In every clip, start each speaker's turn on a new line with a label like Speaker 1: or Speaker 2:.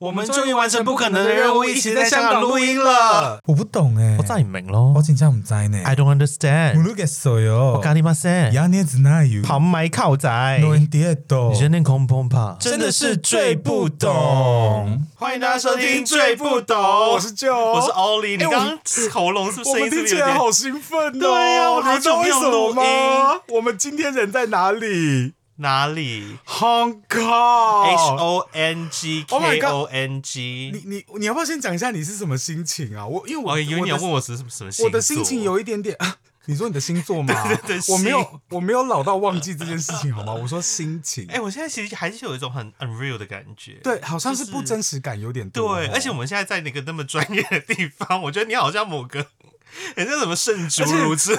Speaker 1: 我们终于完成不可能的任务，一起在香港录音了。
Speaker 2: 我不懂哎、欸，
Speaker 3: 我真係唔明咯
Speaker 2: 我真正唔知呢。
Speaker 3: ，I don't understand。
Speaker 2: 모르겠어요
Speaker 3: 哎我咖喱巴塞，
Speaker 2: 야네즈나유
Speaker 3: 旁白靠仔，
Speaker 2: 노엔
Speaker 3: 哎你
Speaker 2: 디에도
Speaker 3: 真的空碰怕，
Speaker 2: 真的是最不懂。
Speaker 1: 欢迎大家收听《最不懂》，
Speaker 4: 我是舅，
Speaker 1: 我是 Ollie，你
Speaker 4: 哎我
Speaker 1: 刚刚喉咙是不是
Speaker 4: 我
Speaker 1: 声
Speaker 4: 们
Speaker 1: 音是
Speaker 4: 听
Speaker 1: 不是
Speaker 4: 起
Speaker 1: 有
Speaker 4: 来
Speaker 1: 点
Speaker 4: 好兴奋哦！
Speaker 1: 对啊我好
Speaker 4: 你知
Speaker 1: 久
Speaker 4: 道
Speaker 1: 没
Speaker 4: 为
Speaker 1: 有
Speaker 4: 什么
Speaker 1: 录音
Speaker 4: 吗？我们今天人在哪里
Speaker 1: 哪里
Speaker 4: ？Hong
Speaker 1: ？H
Speaker 4: Kong。
Speaker 1: O N G K
Speaker 4: Oh my God
Speaker 1: O N
Speaker 4: 你
Speaker 1: G。
Speaker 4: 你你要不要先讲一下你是什么心情啊？我因为我
Speaker 1: 哦，有 Oh
Speaker 4: 我
Speaker 1: 你
Speaker 4: 的
Speaker 1: 要问我是什么什么星座
Speaker 4: 我的心情有一点点。 啊你说你的星座吗
Speaker 1: 对对？
Speaker 4: 我没有，我没有老到忘记这件事情，好吗？我说心情，
Speaker 1: 哎，我现在其实还是有一种很 unreal 的感觉。
Speaker 4: 对，好像是不
Speaker 1: 就是
Speaker 4: 真实感有点多哦。
Speaker 1: 对，而且我们现在在那个那么专业的地方，我觉得你好像某个，人家什么圣竹如之类，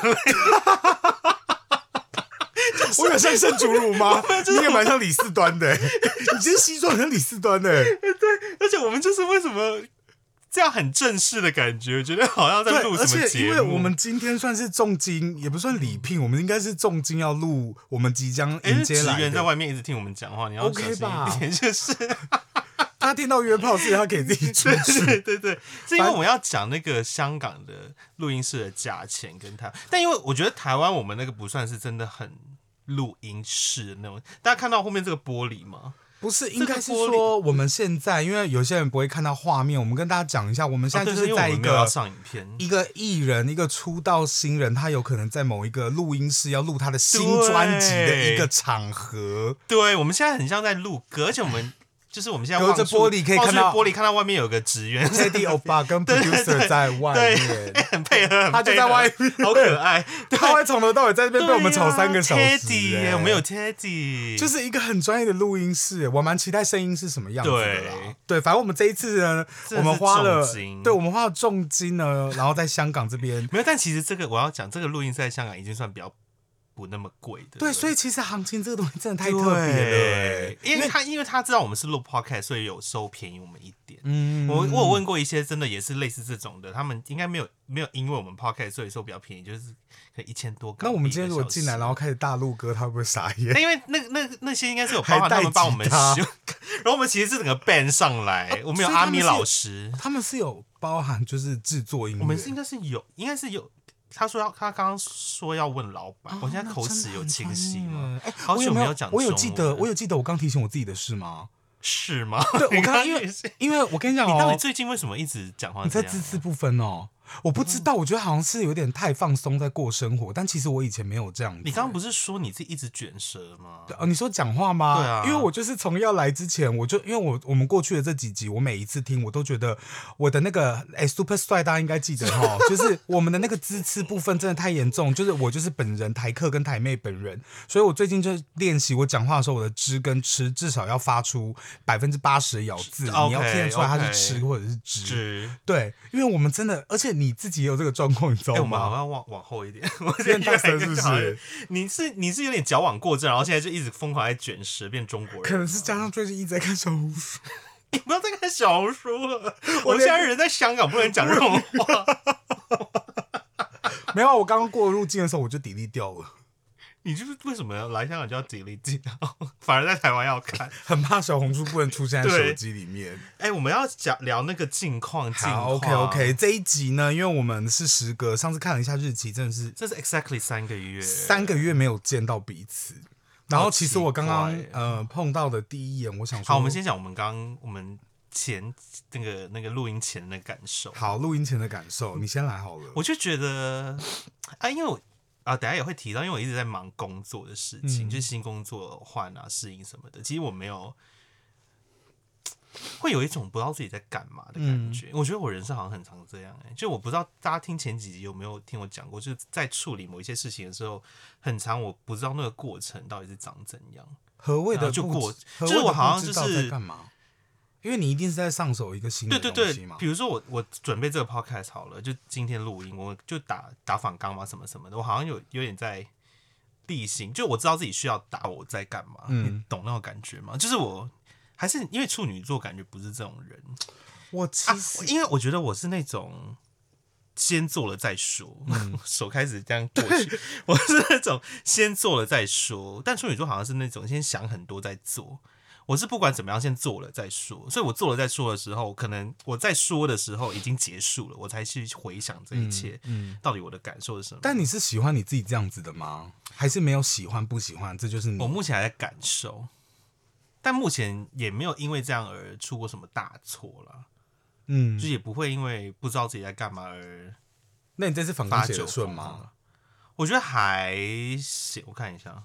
Speaker 4: 我有像圣主 乳吗？你也蛮像李四端的欸，你今天西装很像李四端的欸。
Speaker 1: 而且我们就是为什么这样很正式的感觉，觉得好像在录
Speaker 4: 对，而
Speaker 1: 什么
Speaker 4: 且因
Speaker 1: 节
Speaker 4: 为
Speaker 1: 目。
Speaker 4: 我们今天算是重金，也不算礼聘，我们应该是重金要录我们即将
Speaker 1: 哎，
Speaker 4: 迎
Speaker 1: 职
Speaker 4: 接来
Speaker 1: 员在
Speaker 4: 的。
Speaker 1: 外面一直听我们讲话，你要
Speaker 4: OK
Speaker 1: 小心
Speaker 4: 吧
Speaker 1: 一点， 就是
Speaker 4: 他听啊到约炮，所以他可以自 己出
Speaker 1: 对对
Speaker 4: 去。
Speaker 1: 对对，是因为我们要讲那个香港的录音室的价钱跟台，但因为我觉得台湾我们那个不算是真的很录音室的那种，大家看到后面这个玻璃吗？
Speaker 4: 不是，应该是
Speaker 1: 这个玻
Speaker 4: 说我们现在，因为有些人不会看到画面，我们跟大家讲一下，我们现
Speaker 1: 啊
Speaker 4: 在
Speaker 1: 对
Speaker 4: 就
Speaker 1: 对
Speaker 4: 是
Speaker 1: 因为
Speaker 4: 在
Speaker 1: 我
Speaker 4: 一
Speaker 1: 们没有要
Speaker 4: 个。
Speaker 1: 上影片，
Speaker 4: 一个艺人，一个出道新人，他有可能在某一个录音室要录他的新
Speaker 1: 对
Speaker 4: 专辑的一个场合，
Speaker 1: 对，我们现在很像在录歌，而且我们就是我们现在
Speaker 4: 隔着
Speaker 1: 望出
Speaker 4: 玻璃可以
Speaker 1: 望出
Speaker 4: 看到
Speaker 1: 玻璃，看到外面有个职员，
Speaker 4: t e d d y 欧巴跟
Speaker 1: 对对对
Speaker 4: producer 在外
Speaker 1: 对
Speaker 4: 面，
Speaker 1: 很 配合，很
Speaker 4: 他就
Speaker 1: 配
Speaker 4: 在
Speaker 1: 合
Speaker 4: 外 面
Speaker 1: 好可爱。 对
Speaker 4: 他会从头到尾在那边被我们吵三个小时、
Speaker 1: 对啊 Teddy，耶
Speaker 4: 哎
Speaker 1: 我们有 Teddy，
Speaker 4: 就是一个很专业的录音室，我蛮期待声音是什么样子的啦。
Speaker 1: 对
Speaker 4: 对，反正我们这一次呢，
Speaker 1: 真的是
Speaker 4: 我们花了
Speaker 1: 重金，
Speaker 4: 对我们花了重金呢，然后在香港这 边，
Speaker 1: 没有。但其实这个我要讲，这个录音在香港已经算比较不那么贵的了。
Speaker 4: 对，所以其实行情这个东西真的太
Speaker 1: 对
Speaker 4: 特别了，哎
Speaker 1: 因为他因为他知道我们是录 podcast，所以有收便宜我们一点。
Speaker 4: 嗯
Speaker 1: 我我有问过一些真的也是类似这种的，他们应该没有没有因为我们 podcast 所以说比较便宜，就是可能一千多港币一个小时。哎
Speaker 4: 那我们今天如果进来，然后开始大陆歌，他会不会傻眼？
Speaker 1: 但因为 那那那些应该是有包含
Speaker 4: 还带
Speaker 1: 他们帮我们
Speaker 4: 吉他哦
Speaker 1: 修， 然后我们其实是整个 band 上来，我们有阿咪老师，
Speaker 4: 他们是有包含就是制作音乐，
Speaker 1: 我们是应该是有，应该是有。他说要，他刚刚说要问老
Speaker 4: 啊哦
Speaker 1: 板，我现在口齿有清晰吗？
Speaker 4: 哎、
Speaker 1: 好
Speaker 4: 我
Speaker 1: 久
Speaker 4: 有没
Speaker 1: 有讲中
Speaker 4: 我
Speaker 1: 文了，
Speaker 4: 有记得，我有记得我刚提醒我自己的事吗？
Speaker 1: 是吗？
Speaker 4: 对，我
Speaker 1: 你
Speaker 4: 刚刚因为
Speaker 1: 也是
Speaker 4: 因为我跟你 讲
Speaker 1: 你
Speaker 4: 哦，
Speaker 1: 到底最近为什么一直讲话
Speaker 4: 你
Speaker 1: 这
Speaker 4: 在
Speaker 1: 样啊？嗯
Speaker 4: 自私不分哦。我不知道，我觉得好像是有点太放松在过生活，但其实我以前没有这样子。
Speaker 1: 你刚刚不是说你自己一直卷舌吗？
Speaker 4: 哦，你说讲话吗？
Speaker 1: 对啊
Speaker 4: 因为我就是从要来之前，我就因为我我们过去的这几集，我每一次听，我都觉得我的那个哎、super 帅，大家应该记得 哈，就是我们的那个支持部分真的太严重，就是我就是本人台客跟台妹本人，所以我最近就练习我讲话的时候，我的知跟吃至少要发出百分之八十的咬字，
Speaker 1: OK，
Speaker 4: 你要听得出来它
Speaker 1: OK
Speaker 4: 是吃或者是知。
Speaker 1: 是，
Speaker 4: 对，因为我们真的，而且你自己也有这个状况，你知道
Speaker 1: 哎、我们好
Speaker 4: 吗？
Speaker 1: 像要往往后一点， 我
Speaker 4: 变大
Speaker 1: 声
Speaker 4: 声是不是？
Speaker 1: 你是你是有点矫枉过正，然后现在就一直疯狂在卷舌，变中国人。
Speaker 4: 可能是加上最近一直在看小红书，
Speaker 1: 你不要再看小红书了，我们现
Speaker 4: 连
Speaker 1: 在人在香港不能讲这种话。
Speaker 4: 没有啊，我刚刚过入境的时候我就抵力掉了，
Speaker 1: 你就是为什么来香港就要 delete 掉， 反而在台湾要 看？
Speaker 4: 很怕小红书不能出现在
Speaker 1: 对
Speaker 4: 手机里面。
Speaker 1: 哎、我们要讲聊那个近况，近况。
Speaker 4: 好，OK OK，这一集呢，因为我们是时隔上次看了一下日期，真的是
Speaker 1: 这是 exactly 三个月，
Speaker 4: 三个月没有见到彼此。然后其实我刚
Speaker 1: 好
Speaker 4: 刚
Speaker 1: 奇怪
Speaker 4: 呃碰到的第一眼，我想说，
Speaker 1: 好，我们先讲我们刚我们前那个那个录音前的感受。
Speaker 4: 好录音前的感受，你先来好了。
Speaker 1: 我就觉得啊，因为我啊，等一下也会提到，因为我一直在忙工作的事情，就是新工作换啊、适应什么的。其实我没有会有一种不知道自己在干嘛的感觉。我觉得我人生好像很常这样、欸，就我不知道大家听前几集有没有听我讲过，就是在处理某一些事情的时候，很长我不知道那个过程到底是长怎样。
Speaker 4: 何谓
Speaker 1: 然
Speaker 4: 的
Speaker 1: 后就
Speaker 4: 不知
Speaker 1: 过
Speaker 4: 何
Speaker 1: 就是
Speaker 4: 谓的
Speaker 1: 我好像
Speaker 4: 不知
Speaker 1: 就
Speaker 4: 道在
Speaker 1: 是
Speaker 4: 干嘛？因为你一定是在上手一个新
Speaker 1: 对
Speaker 4: 的
Speaker 1: 对
Speaker 4: 东西
Speaker 1: 对
Speaker 4: 嘛，。
Speaker 1: 比如说我我准备这个 podcast 好了，就今天录音，我就打打反纲嘛，什么什么的，我好像有有点在例行，就我知道自己需要打我在干嘛，
Speaker 4: 嗯
Speaker 1: 你懂那种感觉吗？就是我还是因为处女座感觉不是这种人
Speaker 4: 我其
Speaker 1: 啊
Speaker 4: 实，
Speaker 1: 因为我觉得我是那种。先做了再说，
Speaker 4: 嗯
Speaker 1: 手开始这样过 去。我是那种先做了再说，但处女座好像是那种先想很多再做。我是不管怎么样先做了再说，所以我做了再说的时候，可能我在说的时候已经结束了，我才去回想这一切，到底我的感受是什么。
Speaker 4: 嗯但你是喜欢你自己这样子的吗？还是没有喜欢不喜欢？这就是你
Speaker 1: 我目前还在感受，但目前也没有因为这样而出过什么大错啦，
Speaker 4: 嗯
Speaker 1: 就，也不会因为不知道自己在干嘛而
Speaker 4: 那你这次啊反
Speaker 1: 发
Speaker 4: 抗写
Speaker 1: 酒
Speaker 4: 的顺
Speaker 1: 疯
Speaker 4: 吗？
Speaker 1: 狂？我觉得还行，我看一下。啊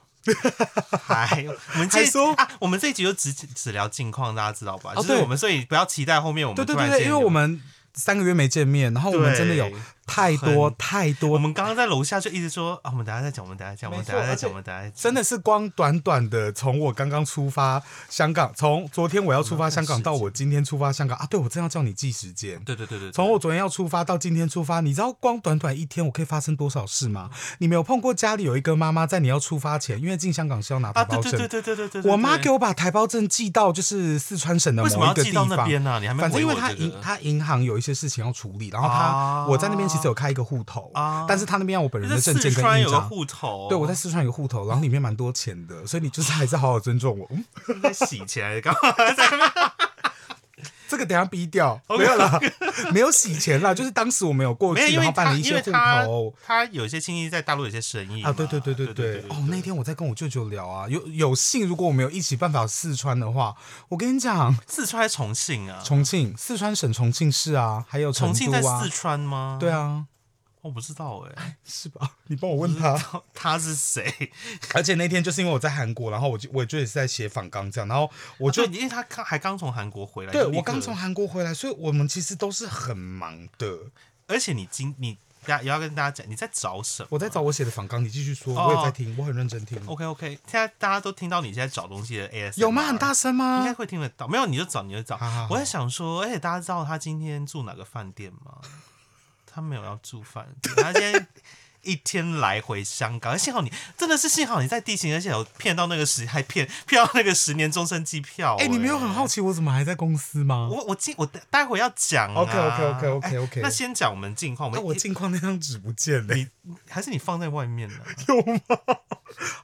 Speaker 1: 还，我们这
Speaker 4: 还说
Speaker 1: 啊，我们这一集就只只聊近况，大家知道吧？
Speaker 4: 哦
Speaker 1: 就是
Speaker 4: 对
Speaker 1: 我们，所以不要期待后面我
Speaker 4: 对
Speaker 1: 们
Speaker 4: 对
Speaker 1: 突然间
Speaker 4: 对对，因为
Speaker 1: 有
Speaker 4: 我们三个月没见面，然后我们真的有
Speaker 1: 对
Speaker 4: 太多
Speaker 1: 很
Speaker 4: 太多
Speaker 1: 我们刚刚在楼下就一直说啊，我们等下再讲，我们等下再讲，我们等下再讲，我们等下再讲。
Speaker 4: 真的是光短短的，从我刚刚出发香港，从昨天我要
Speaker 1: 哦
Speaker 4: 出发香港到我今天出发香港啊，对我正要叫你记时间。
Speaker 1: 对，对对对对，
Speaker 4: 从我昨天要出发到今天出发，你知道光短短一天我可以发生多少事吗？你没有碰过家里有一个妈妈在你要出发前，因为进香港是要拿
Speaker 1: 啊，
Speaker 4: 台
Speaker 1: 对
Speaker 4: 胞
Speaker 1: 对
Speaker 4: 证
Speaker 1: 对
Speaker 4: 的，
Speaker 1: 对对对对对，
Speaker 4: 我妈
Speaker 1: 对
Speaker 4: 给我把台胞证寄到就是四川省的
Speaker 1: 为什么
Speaker 4: 某
Speaker 1: 要
Speaker 4: 一个
Speaker 1: 寄
Speaker 4: 地
Speaker 1: 到
Speaker 4: 方。
Speaker 1: 那边呢、你还没
Speaker 4: 反正因为
Speaker 1: 回我
Speaker 4: 她
Speaker 1: 这
Speaker 4: 银
Speaker 1: 个
Speaker 4: 她银行有一些事情要处理，然后她、
Speaker 1: 啊
Speaker 4: 我在那边其实有开一个户头，
Speaker 1: 啊
Speaker 4: 但是她那边要我本
Speaker 1: 就
Speaker 4: 人
Speaker 1: 是
Speaker 4: 的证
Speaker 1: 四
Speaker 4: 件跟
Speaker 1: 川
Speaker 4: 印
Speaker 1: 有个
Speaker 4: 章。
Speaker 1: 户头，
Speaker 4: 对，我在四川有个户头，然后里面蛮多钱的，所以你就是还是好好尊重我。嗯
Speaker 1: 在洗起来，刚刚在那边
Speaker 4: 这个等一下逼掉，没有啦，没有洗钱啦，就是当时 我们有过
Speaker 1: 没有，
Speaker 4: 去，
Speaker 1: 因
Speaker 4: 然后
Speaker 1: 为
Speaker 4: 办
Speaker 1: 他
Speaker 4: 了一
Speaker 1: 因
Speaker 4: 些
Speaker 1: 为
Speaker 4: 户
Speaker 1: 他
Speaker 4: 头。
Speaker 1: 他有些亲戚在大陆有些生意
Speaker 4: 啊，
Speaker 1: 嘛
Speaker 4: 对对对对
Speaker 1: 对
Speaker 4: 对，哦，那
Speaker 1: 对
Speaker 4: 天我在跟我舅舅聊啊，有有幸如果我们有一起办法四川的话，我跟你讲，
Speaker 1: 四川还是重庆啊，
Speaker 4: 重庆四川省重庆市啊，还有
Speaker 1: 重
Speaker 4: 成
Speaker 1: 庆
Speaker 4: 都
Speaker 1: 在
Speaker 4: 啊
Speaker 1: 四，川吗？
Speaker 4: 对，啊，
Speaker 1: 我不知道哎、
Speaker 4: 是吧？ 你帮我问他。
Speaker 1: 嗯他是谁？
Speaker 4: 而且那天就是因为我在韩国，然后我就我就也是在写访纲这样，然后我
Speaker 1: 我
Speaker 4: 就、
Speaker 1: 因为他刚还刚从韩国啊回来，
Speaker 4: 对
Speaker 1: 就立
Speaker 4: 我
Speaker 1: 刻
Speaker 4: 刚从，韩国回来，所以我们其实都是很忙的。
Speaker 1: 而且你今你大也要跟大家讲你在找什么？
Speaker 4: 我在找我写的访纲，你继续说，
Speaker 1: 哦
Speaker 4: 我也在听，我很认真听。
Speaker 1: OK OK，现在大家都听到你现在找东西的 AS
Speaker 4: 有吗？很大声
Speaker 1: 应
Speaker 4: 吗
Speaker 1: 该？会听得到。没有你就找你就找。
Speaker 4: 啊好好好
Speaker 1: 我在想说，而且大家知道他今天住哪个饭店吗？ 他没有要住饭店，他今天一天来回香港。哎幸好你真的是幸好你在地勤，而且有骗到那个十，还骗骗到那个十年终身机票、
Speaker 4: 哎、你没有很好
Speaker 1: 奇？
Speaker 4: 奇我怎么还在公司吗？
Speaker 1: 我我今我待会要讲、啊。
Speaker 4: OK，OK，OK，OK，OK
Speaker 1: 哎那先讲我们近况，我
Speaker 4: 那、
Speaker 1: 们
Speaker 4: 我近况那张纸不见了、
Speaker 1: 你还是你放在外面呢、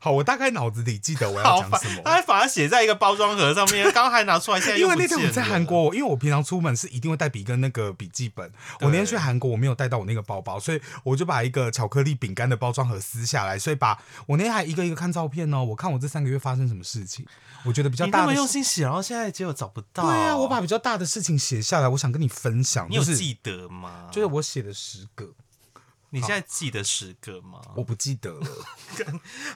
Speaker 4: 好，我大概脑子里记得我
Speaker 1: 好
Speaker 4: 要
Speaker 1: 烦
Speaker 4: 讲
Speaker 1: 他
Speaker 4: 什，么。
Speaker 1: 还把它写在一个包装盒上面，刚刚还拿出来，现在
Speaker 4: 因
Speaker 1: 又
Speaker 4: 为
Speaker 1: 不
Speaker 4: 那天我在
Speaker 1: 见了
Speaker 4: 韩国，我因为我平常出门是一定会带笔跟那个笔记本。我那天去韩国，我没有带到我那个包包，所以我就把一个巧克力饼干的包装盒撕下来，所以把我那天还一个一个看照片哦。我看我这三个月发生什么事情，我觉得比较
Speaker 1: 你那
Speaker 4: 大
Speaker 1: 么
Speaker 4: 的
Speaker 1: 用
Speaker 4: 事。
Speaker 1: 心写，然后现在结果找不到。
Speaker 4: 对啊，我把比较大的事情写下来，我想跟你分享。
Speaker 1: 你有
Speaker 4: 哦就是
Speaker 1: 记得吗？
Speaker 4: 就是我写了十个，
Speaker 1: 你现在记得十个吗？
Speaker 4: 我不记得 了。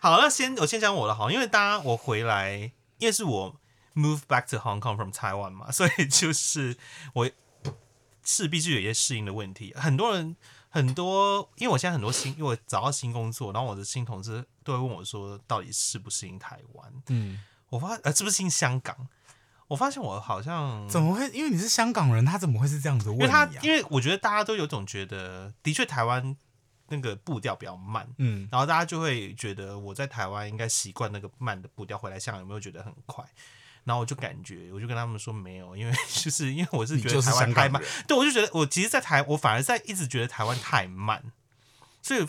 Speaker 1: 好，那先我先讲我的好，因为大家我回来，因为是我 move back to Hong Kong from Taiwan 嘛， 所以就是我势必是有一些适应的问题。很多人很多，因为我现在很多新，因为我找到新工作，然后我的新同事都会问我说，到底适不适应台湾？
Speaker 4: 嗯，
Speaker 1: 我发呃，是不是适应香港？我发现我好像
Speaker 4: 怎么会？因为你是香港人，他怎么会是这样子问
Speaker 1: 因
Speaker 4: 你
Speaker 1: 为他
Speaker 4: 啊？
Speaker 1: 因为我觉得大家都有种觉得，的确台湾那个步调比较慢，
Speaker 4: 嗯，
Speaker 1: 然后大家就会觉得我在台湾应该习惯那个慢的步调，回来香港有没有觉得很快？然后我就感觉，我就跟他们说没有，因为 就是因为我是
Speaker 4: 你
Speaker 1: 觉得
Speaker 4: 就是
Speaker 1: 台湾
Speaker 4: 香
Speaker 1: 太
Speaker 4: 港
Speaker 1: 慢
Speaker 4: 人，。
Speaker 1: 对我就觉得我其实，在台我反而在一直觉得台湾太慢，所以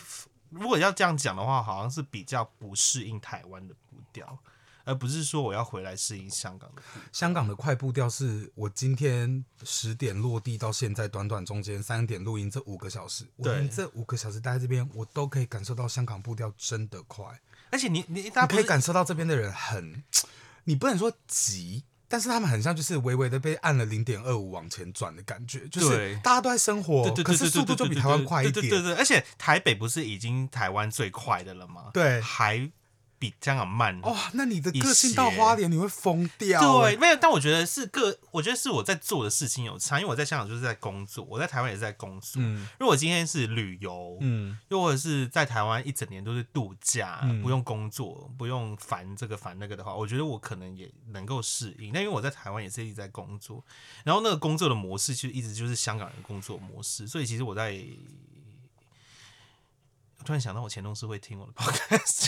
Speaker 1: 如果要这样讲的话，好像是比较不适应台湾的步调，而不是说我要回来适应香港的步调。
Speaker 4: 香港的快步调是我今天十点落地到现在，短短中间三点录音这五个小时，我
Speaker 1: 对
Speaker 4: 连这五个小时待在这边，我都可以感受到香港步调真的快，
Speaker 1: 而且你你大家
Speaker 4: 你
Speaker 1: 不
Speaker 4: 可以
Speaker 1: 是
Speaker 4: 感受到这边的人很，你不能说急。但是他们很像就是微微的被按了零点二五往前转的感觉，就是
Speaker 1: 对
Speaker 4: 大家都在生活，
Speaker 1: 对对对对
Speaker 4: 可是速度就比台湾快一
Speaker 1: 对对对
Speaker 4: 点。
Speaker 1: 对，而且台北不是已经台湾最快的了吗？
Speaker 4: 对哦
Speaker 1: 还比香港慢
Speaker 4: 哇、。那你的
Speaker 1: 一
Speaker 4: 个性到
Speaker 1: 些
Speaker 4: 花莲你会疯掉、
Speaker 1: 对，
Speaker 4: 欸，
Speaker 1: 没有，但我觉得是个，我觉得是我在做的事情有差，因为我在香港就是在工作，我在台湾也是在工作。
Speaker 4: 嗯
Speaker 1: 如果今天是旅游，
Speaker 4: 嗯，
Speaker 1: 又或者是在台湾一整年都是度假，
Speaker 4: 嗯
Speaker 1: 不用工作，不用烦这个烦那个的话，我觉得我可能也能够适应。但因为我在台湾也是一直在工作，然后那个工作的模式其实一直就是香港人的工作模式，所以其实我在。我突然想到，我前同事会听我的 podcast，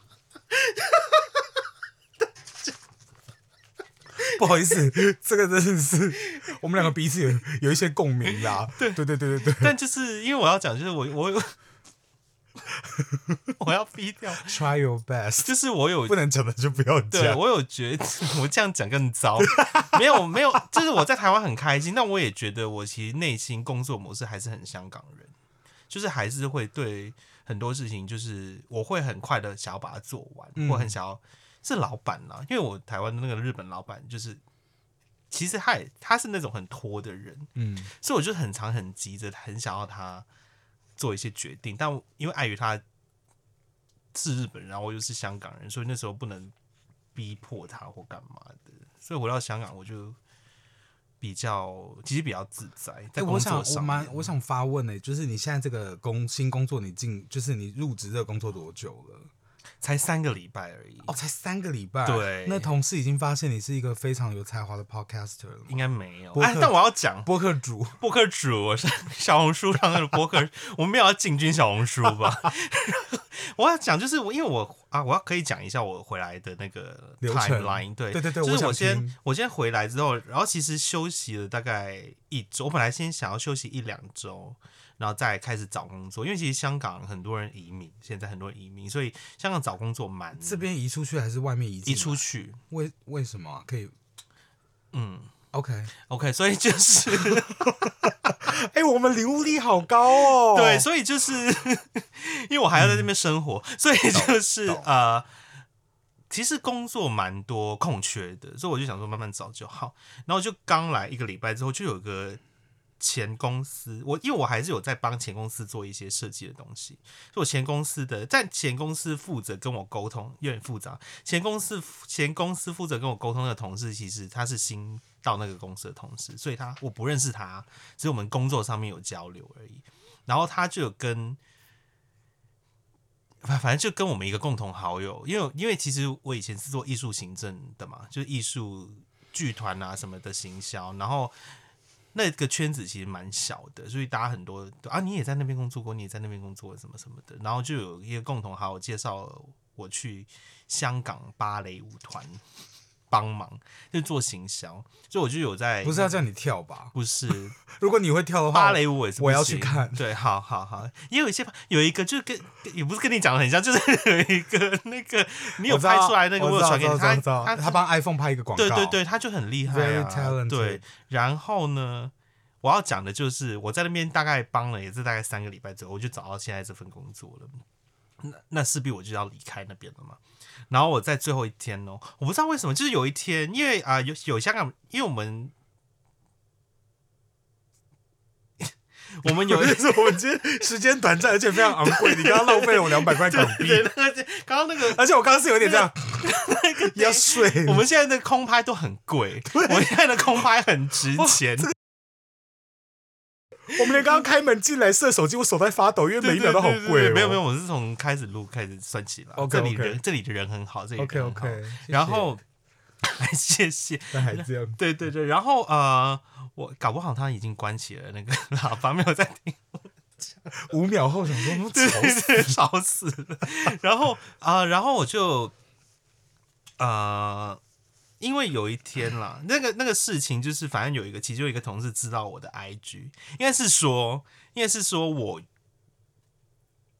Speaker 4: 不好意思，这个真的是我们两个彼此有有 一 些共鸣啦。对对对对对，
Speaker 1: 但就是因为我要讲，就是我我 我要逼掉。
Speaker 4: Try your best，
Speaker 1: 就是我有
Speaker 4: 不能讲的就不要
Speaker 1: 对
Speaker 4: 讲。
Speaker 1: 我有觉得我这样讲更糟， 没有没有，就是我在台湾很开心，但我也觉得我其实内心工作模式还是很香港人，就是还是会对很多事情，就是我会很快的想要把它做完，
Speaker 4: 嗯
Speaker 1: 或很想要是老板啦，因为我台湾的那个日本老板就是。其实他也他是那种很拖的人，
Speaker 4: 嗯，
Speaker 1: 所以我就很常很急着，很想要他做一些决定，但我因为碍于他是日本人，然后我又是香港人，所以那时候不能逼迫他或干嘛的，所以回到香港我就比较其实比较自在，在
Speaker 4: 哎
Speaker 1: 工
Speaker 4: 我想
Speaker 1: 作
Speaker 4: 我
Speaker 1: 上
Speaker 4: 蛮
Speaker 1: 面
Speaker 4: 我想发问呢、哎就是你现在这个工新工作，你进就是你入职这个工作多久了？
Speaker 1: 才三个礼拜而已，
Speaker 4: 哦，才三个礼拜。
Speaker 1: 对
Speaker 4: 那同事已经发现你是一个非常有才华的 podcaster 了
Speaker 1: 应
Speaker 4: 吗？
Speaker 1: 该没有。
Speaker 4: 播
Speaker 1: 哎，
Speaker 4: 客
Speaker 1: 但我要讲
Speaker 4: 播客主，
Speaker 1: 播客主，我是 小红书上那个播客， 我没有要进军小红书吧？ 我要讲就是我，因为我啊，我要可以讲一下我回来的那个
Speaker 4: 流程
Speaker 1: timeline，对
Speaker 4: 对对对
Speaker 1: 就
Speaker 4: 我
Speaker 1: 是
Speaker 4: 想
Speaker 1: 我先
Speaker 4: 听
Speaker 1: 我先回来之后，然后其实休息了大概一周，我本来先想要休息一两周，然后再开始找工作，因为其实香港很多人移民，现在很多人移民，所以香港找工作蛮
Speaker 4: 这边移出去还是外面移进
Speaker 1: 移
Speaker 4: 来？
Speaker 1: 出去，
Speaker 4: 为为什么啊、可以
Speaker 1: 嗯
Speaker 4: ？OK，
Speaker 1: ，OK，所以就是。
Speaker 4: 哎、我们领悟力好高哦。嗯
Speaker 1: 对，所以就是 因为我还要在那边生活，所以就是
Speaker 4: 懂
Speaker 1: 呃，其实工作蛮多空缺的，所以我就想说慢慢找就好。然后就刚来一个礼拜之后，就有个前公司，我因为我还是有在帮前公司做一些设计的东西，就我前公司的在前公司负责跟我沟通，有点复杂。前公司前公司负责跟我沟通的同事，其实他是新到那个公司的同事，所以他我不认识他，只是我们工作上面有交流而已。然后他就有跟，反反正就跟我们一个共同好友，因为因为其实我以前是做艺术行政的嘛，就是艺术剧团啊什么的行销，然后那个圈子其实蛮小的，所以大家很多都啊，你也在那边工作过，你也在那边工作什么什么的，然后就有一个共同好友介绍我去香港芭蕾舞团帮忙，就做行销，所以我就有在
Speaker 4: 不是要叫你跳吧？
Speaker 1: 不是
Speaker 4: 如果你会跳的话，
Speaker 1: 芭蕾舞也是不行
Speaker 4: 我要去看
Speaker 1: 对，好好好，也有一些有一个就是跟也不是跟你讲的很像，就是有一个那个你有
Speaker 4: 我知道
Speaker 1: 拍出来那个，我
Speaker 4: 我
Speaker 1: 有
Speaker 4: 知道
Speaker 1: 传给你，
Speaker 4: 我知道
Speaker 1: 他
Speaker 4: 我知道
Speaker 1: 他
Speaker 4: 他帮 iPhone 拍一个广告，
Speaker 1: 对对对，他就很厉害
Speaker 4: Very
Speaker 1: 啊。
Speaker 4: talented
Speaker 1: 对，然后呢，我要讲的就是我在那边大概帮了也是大概三个礼拜左右，我就找到现在这份工作了。那那势必我就要离开那边了嘛。然后我在最后一天哦，我不知道为什么，就是有一天，因为啊、有有香港，因为我 们我们有一
Speaker 4: 就是我们今天时间短暂，而且非常昂贵。你刚刚浪费了我两百块港币，
Speaker 1: 对那个刚刚那个，
Speaker 4: 而且我刚刚是有点这样要睡。
Speaker 1: 我们现在的空拍都很贵，我们现在的空拍很值钱。
Speaker 4: 我们连刚刚开门进来射手机，我手在发 抖，因为每一秒都好
Speaker 1: 对对对
Speaker 4: 贵
Speaker 1: 对
Speaker 4: 哦。
Speaker 1: 没有没有，我是从开始录开始算起来。
Speaker 4: OK，
Speaker 1: 这里
Speaker 4: OK
Speaker 1: 人这里的人很好，这里人
Speaker 4: ，OK
Speaker 1: 很好。
Speaker 4: OK。
Speaker 1: 然后 谢谢，
Speaker 4: 但还这样，
Speaker 1: 对对对，然后呃，我搞不好他已经关起了那个喇叭，没有在听，
Speaker 4: 五秒后想说，我们
Speaker 1: 对
Speaker 4: 吵死。
Speaker 1: 对对，吵死了。 然后啊、呃然后我就呃，因为有一天啦，那个那个事情就是，反正有一个其中有一个同事知道我的 IG，应该是说，应该是说我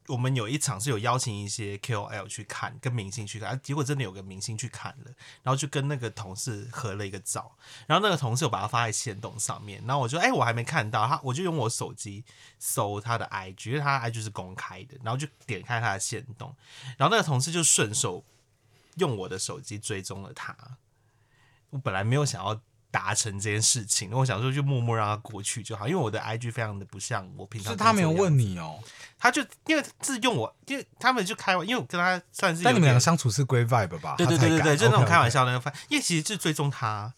Speaker 1: 我们有一场是有邀请一些 KOL 去看，跟明星去看，啊结果真的有个明星去看了，然后就跟那个同事合了一个照，然后那个同事有把它发在线动上面，然后我就哎、我还没看到他，我就用我手机搜他的 IG，因为他的 IG 是公开的，然后就点开他的线动，然后那个同事就顺手用我的手机追踪了他。我本来没有想要达成这件事情，我想说就默默让他过去就好，因为我的 IG 非常的不像我平常。
Speaker 4: 是他没有问你哦，
Speaker 1: 他就因为是用我，因为他们就开玩，因为我跟他算是有
Speaker 4: 但你们两个
Speaker 1: 点
Speaker 4: 相处是归 vibe 吧？
Speaker 1: 对对对对对，就
Speaker 4: 就
Speaker 1: 那种开玩。笑的那个饭，因为其实就追踪他，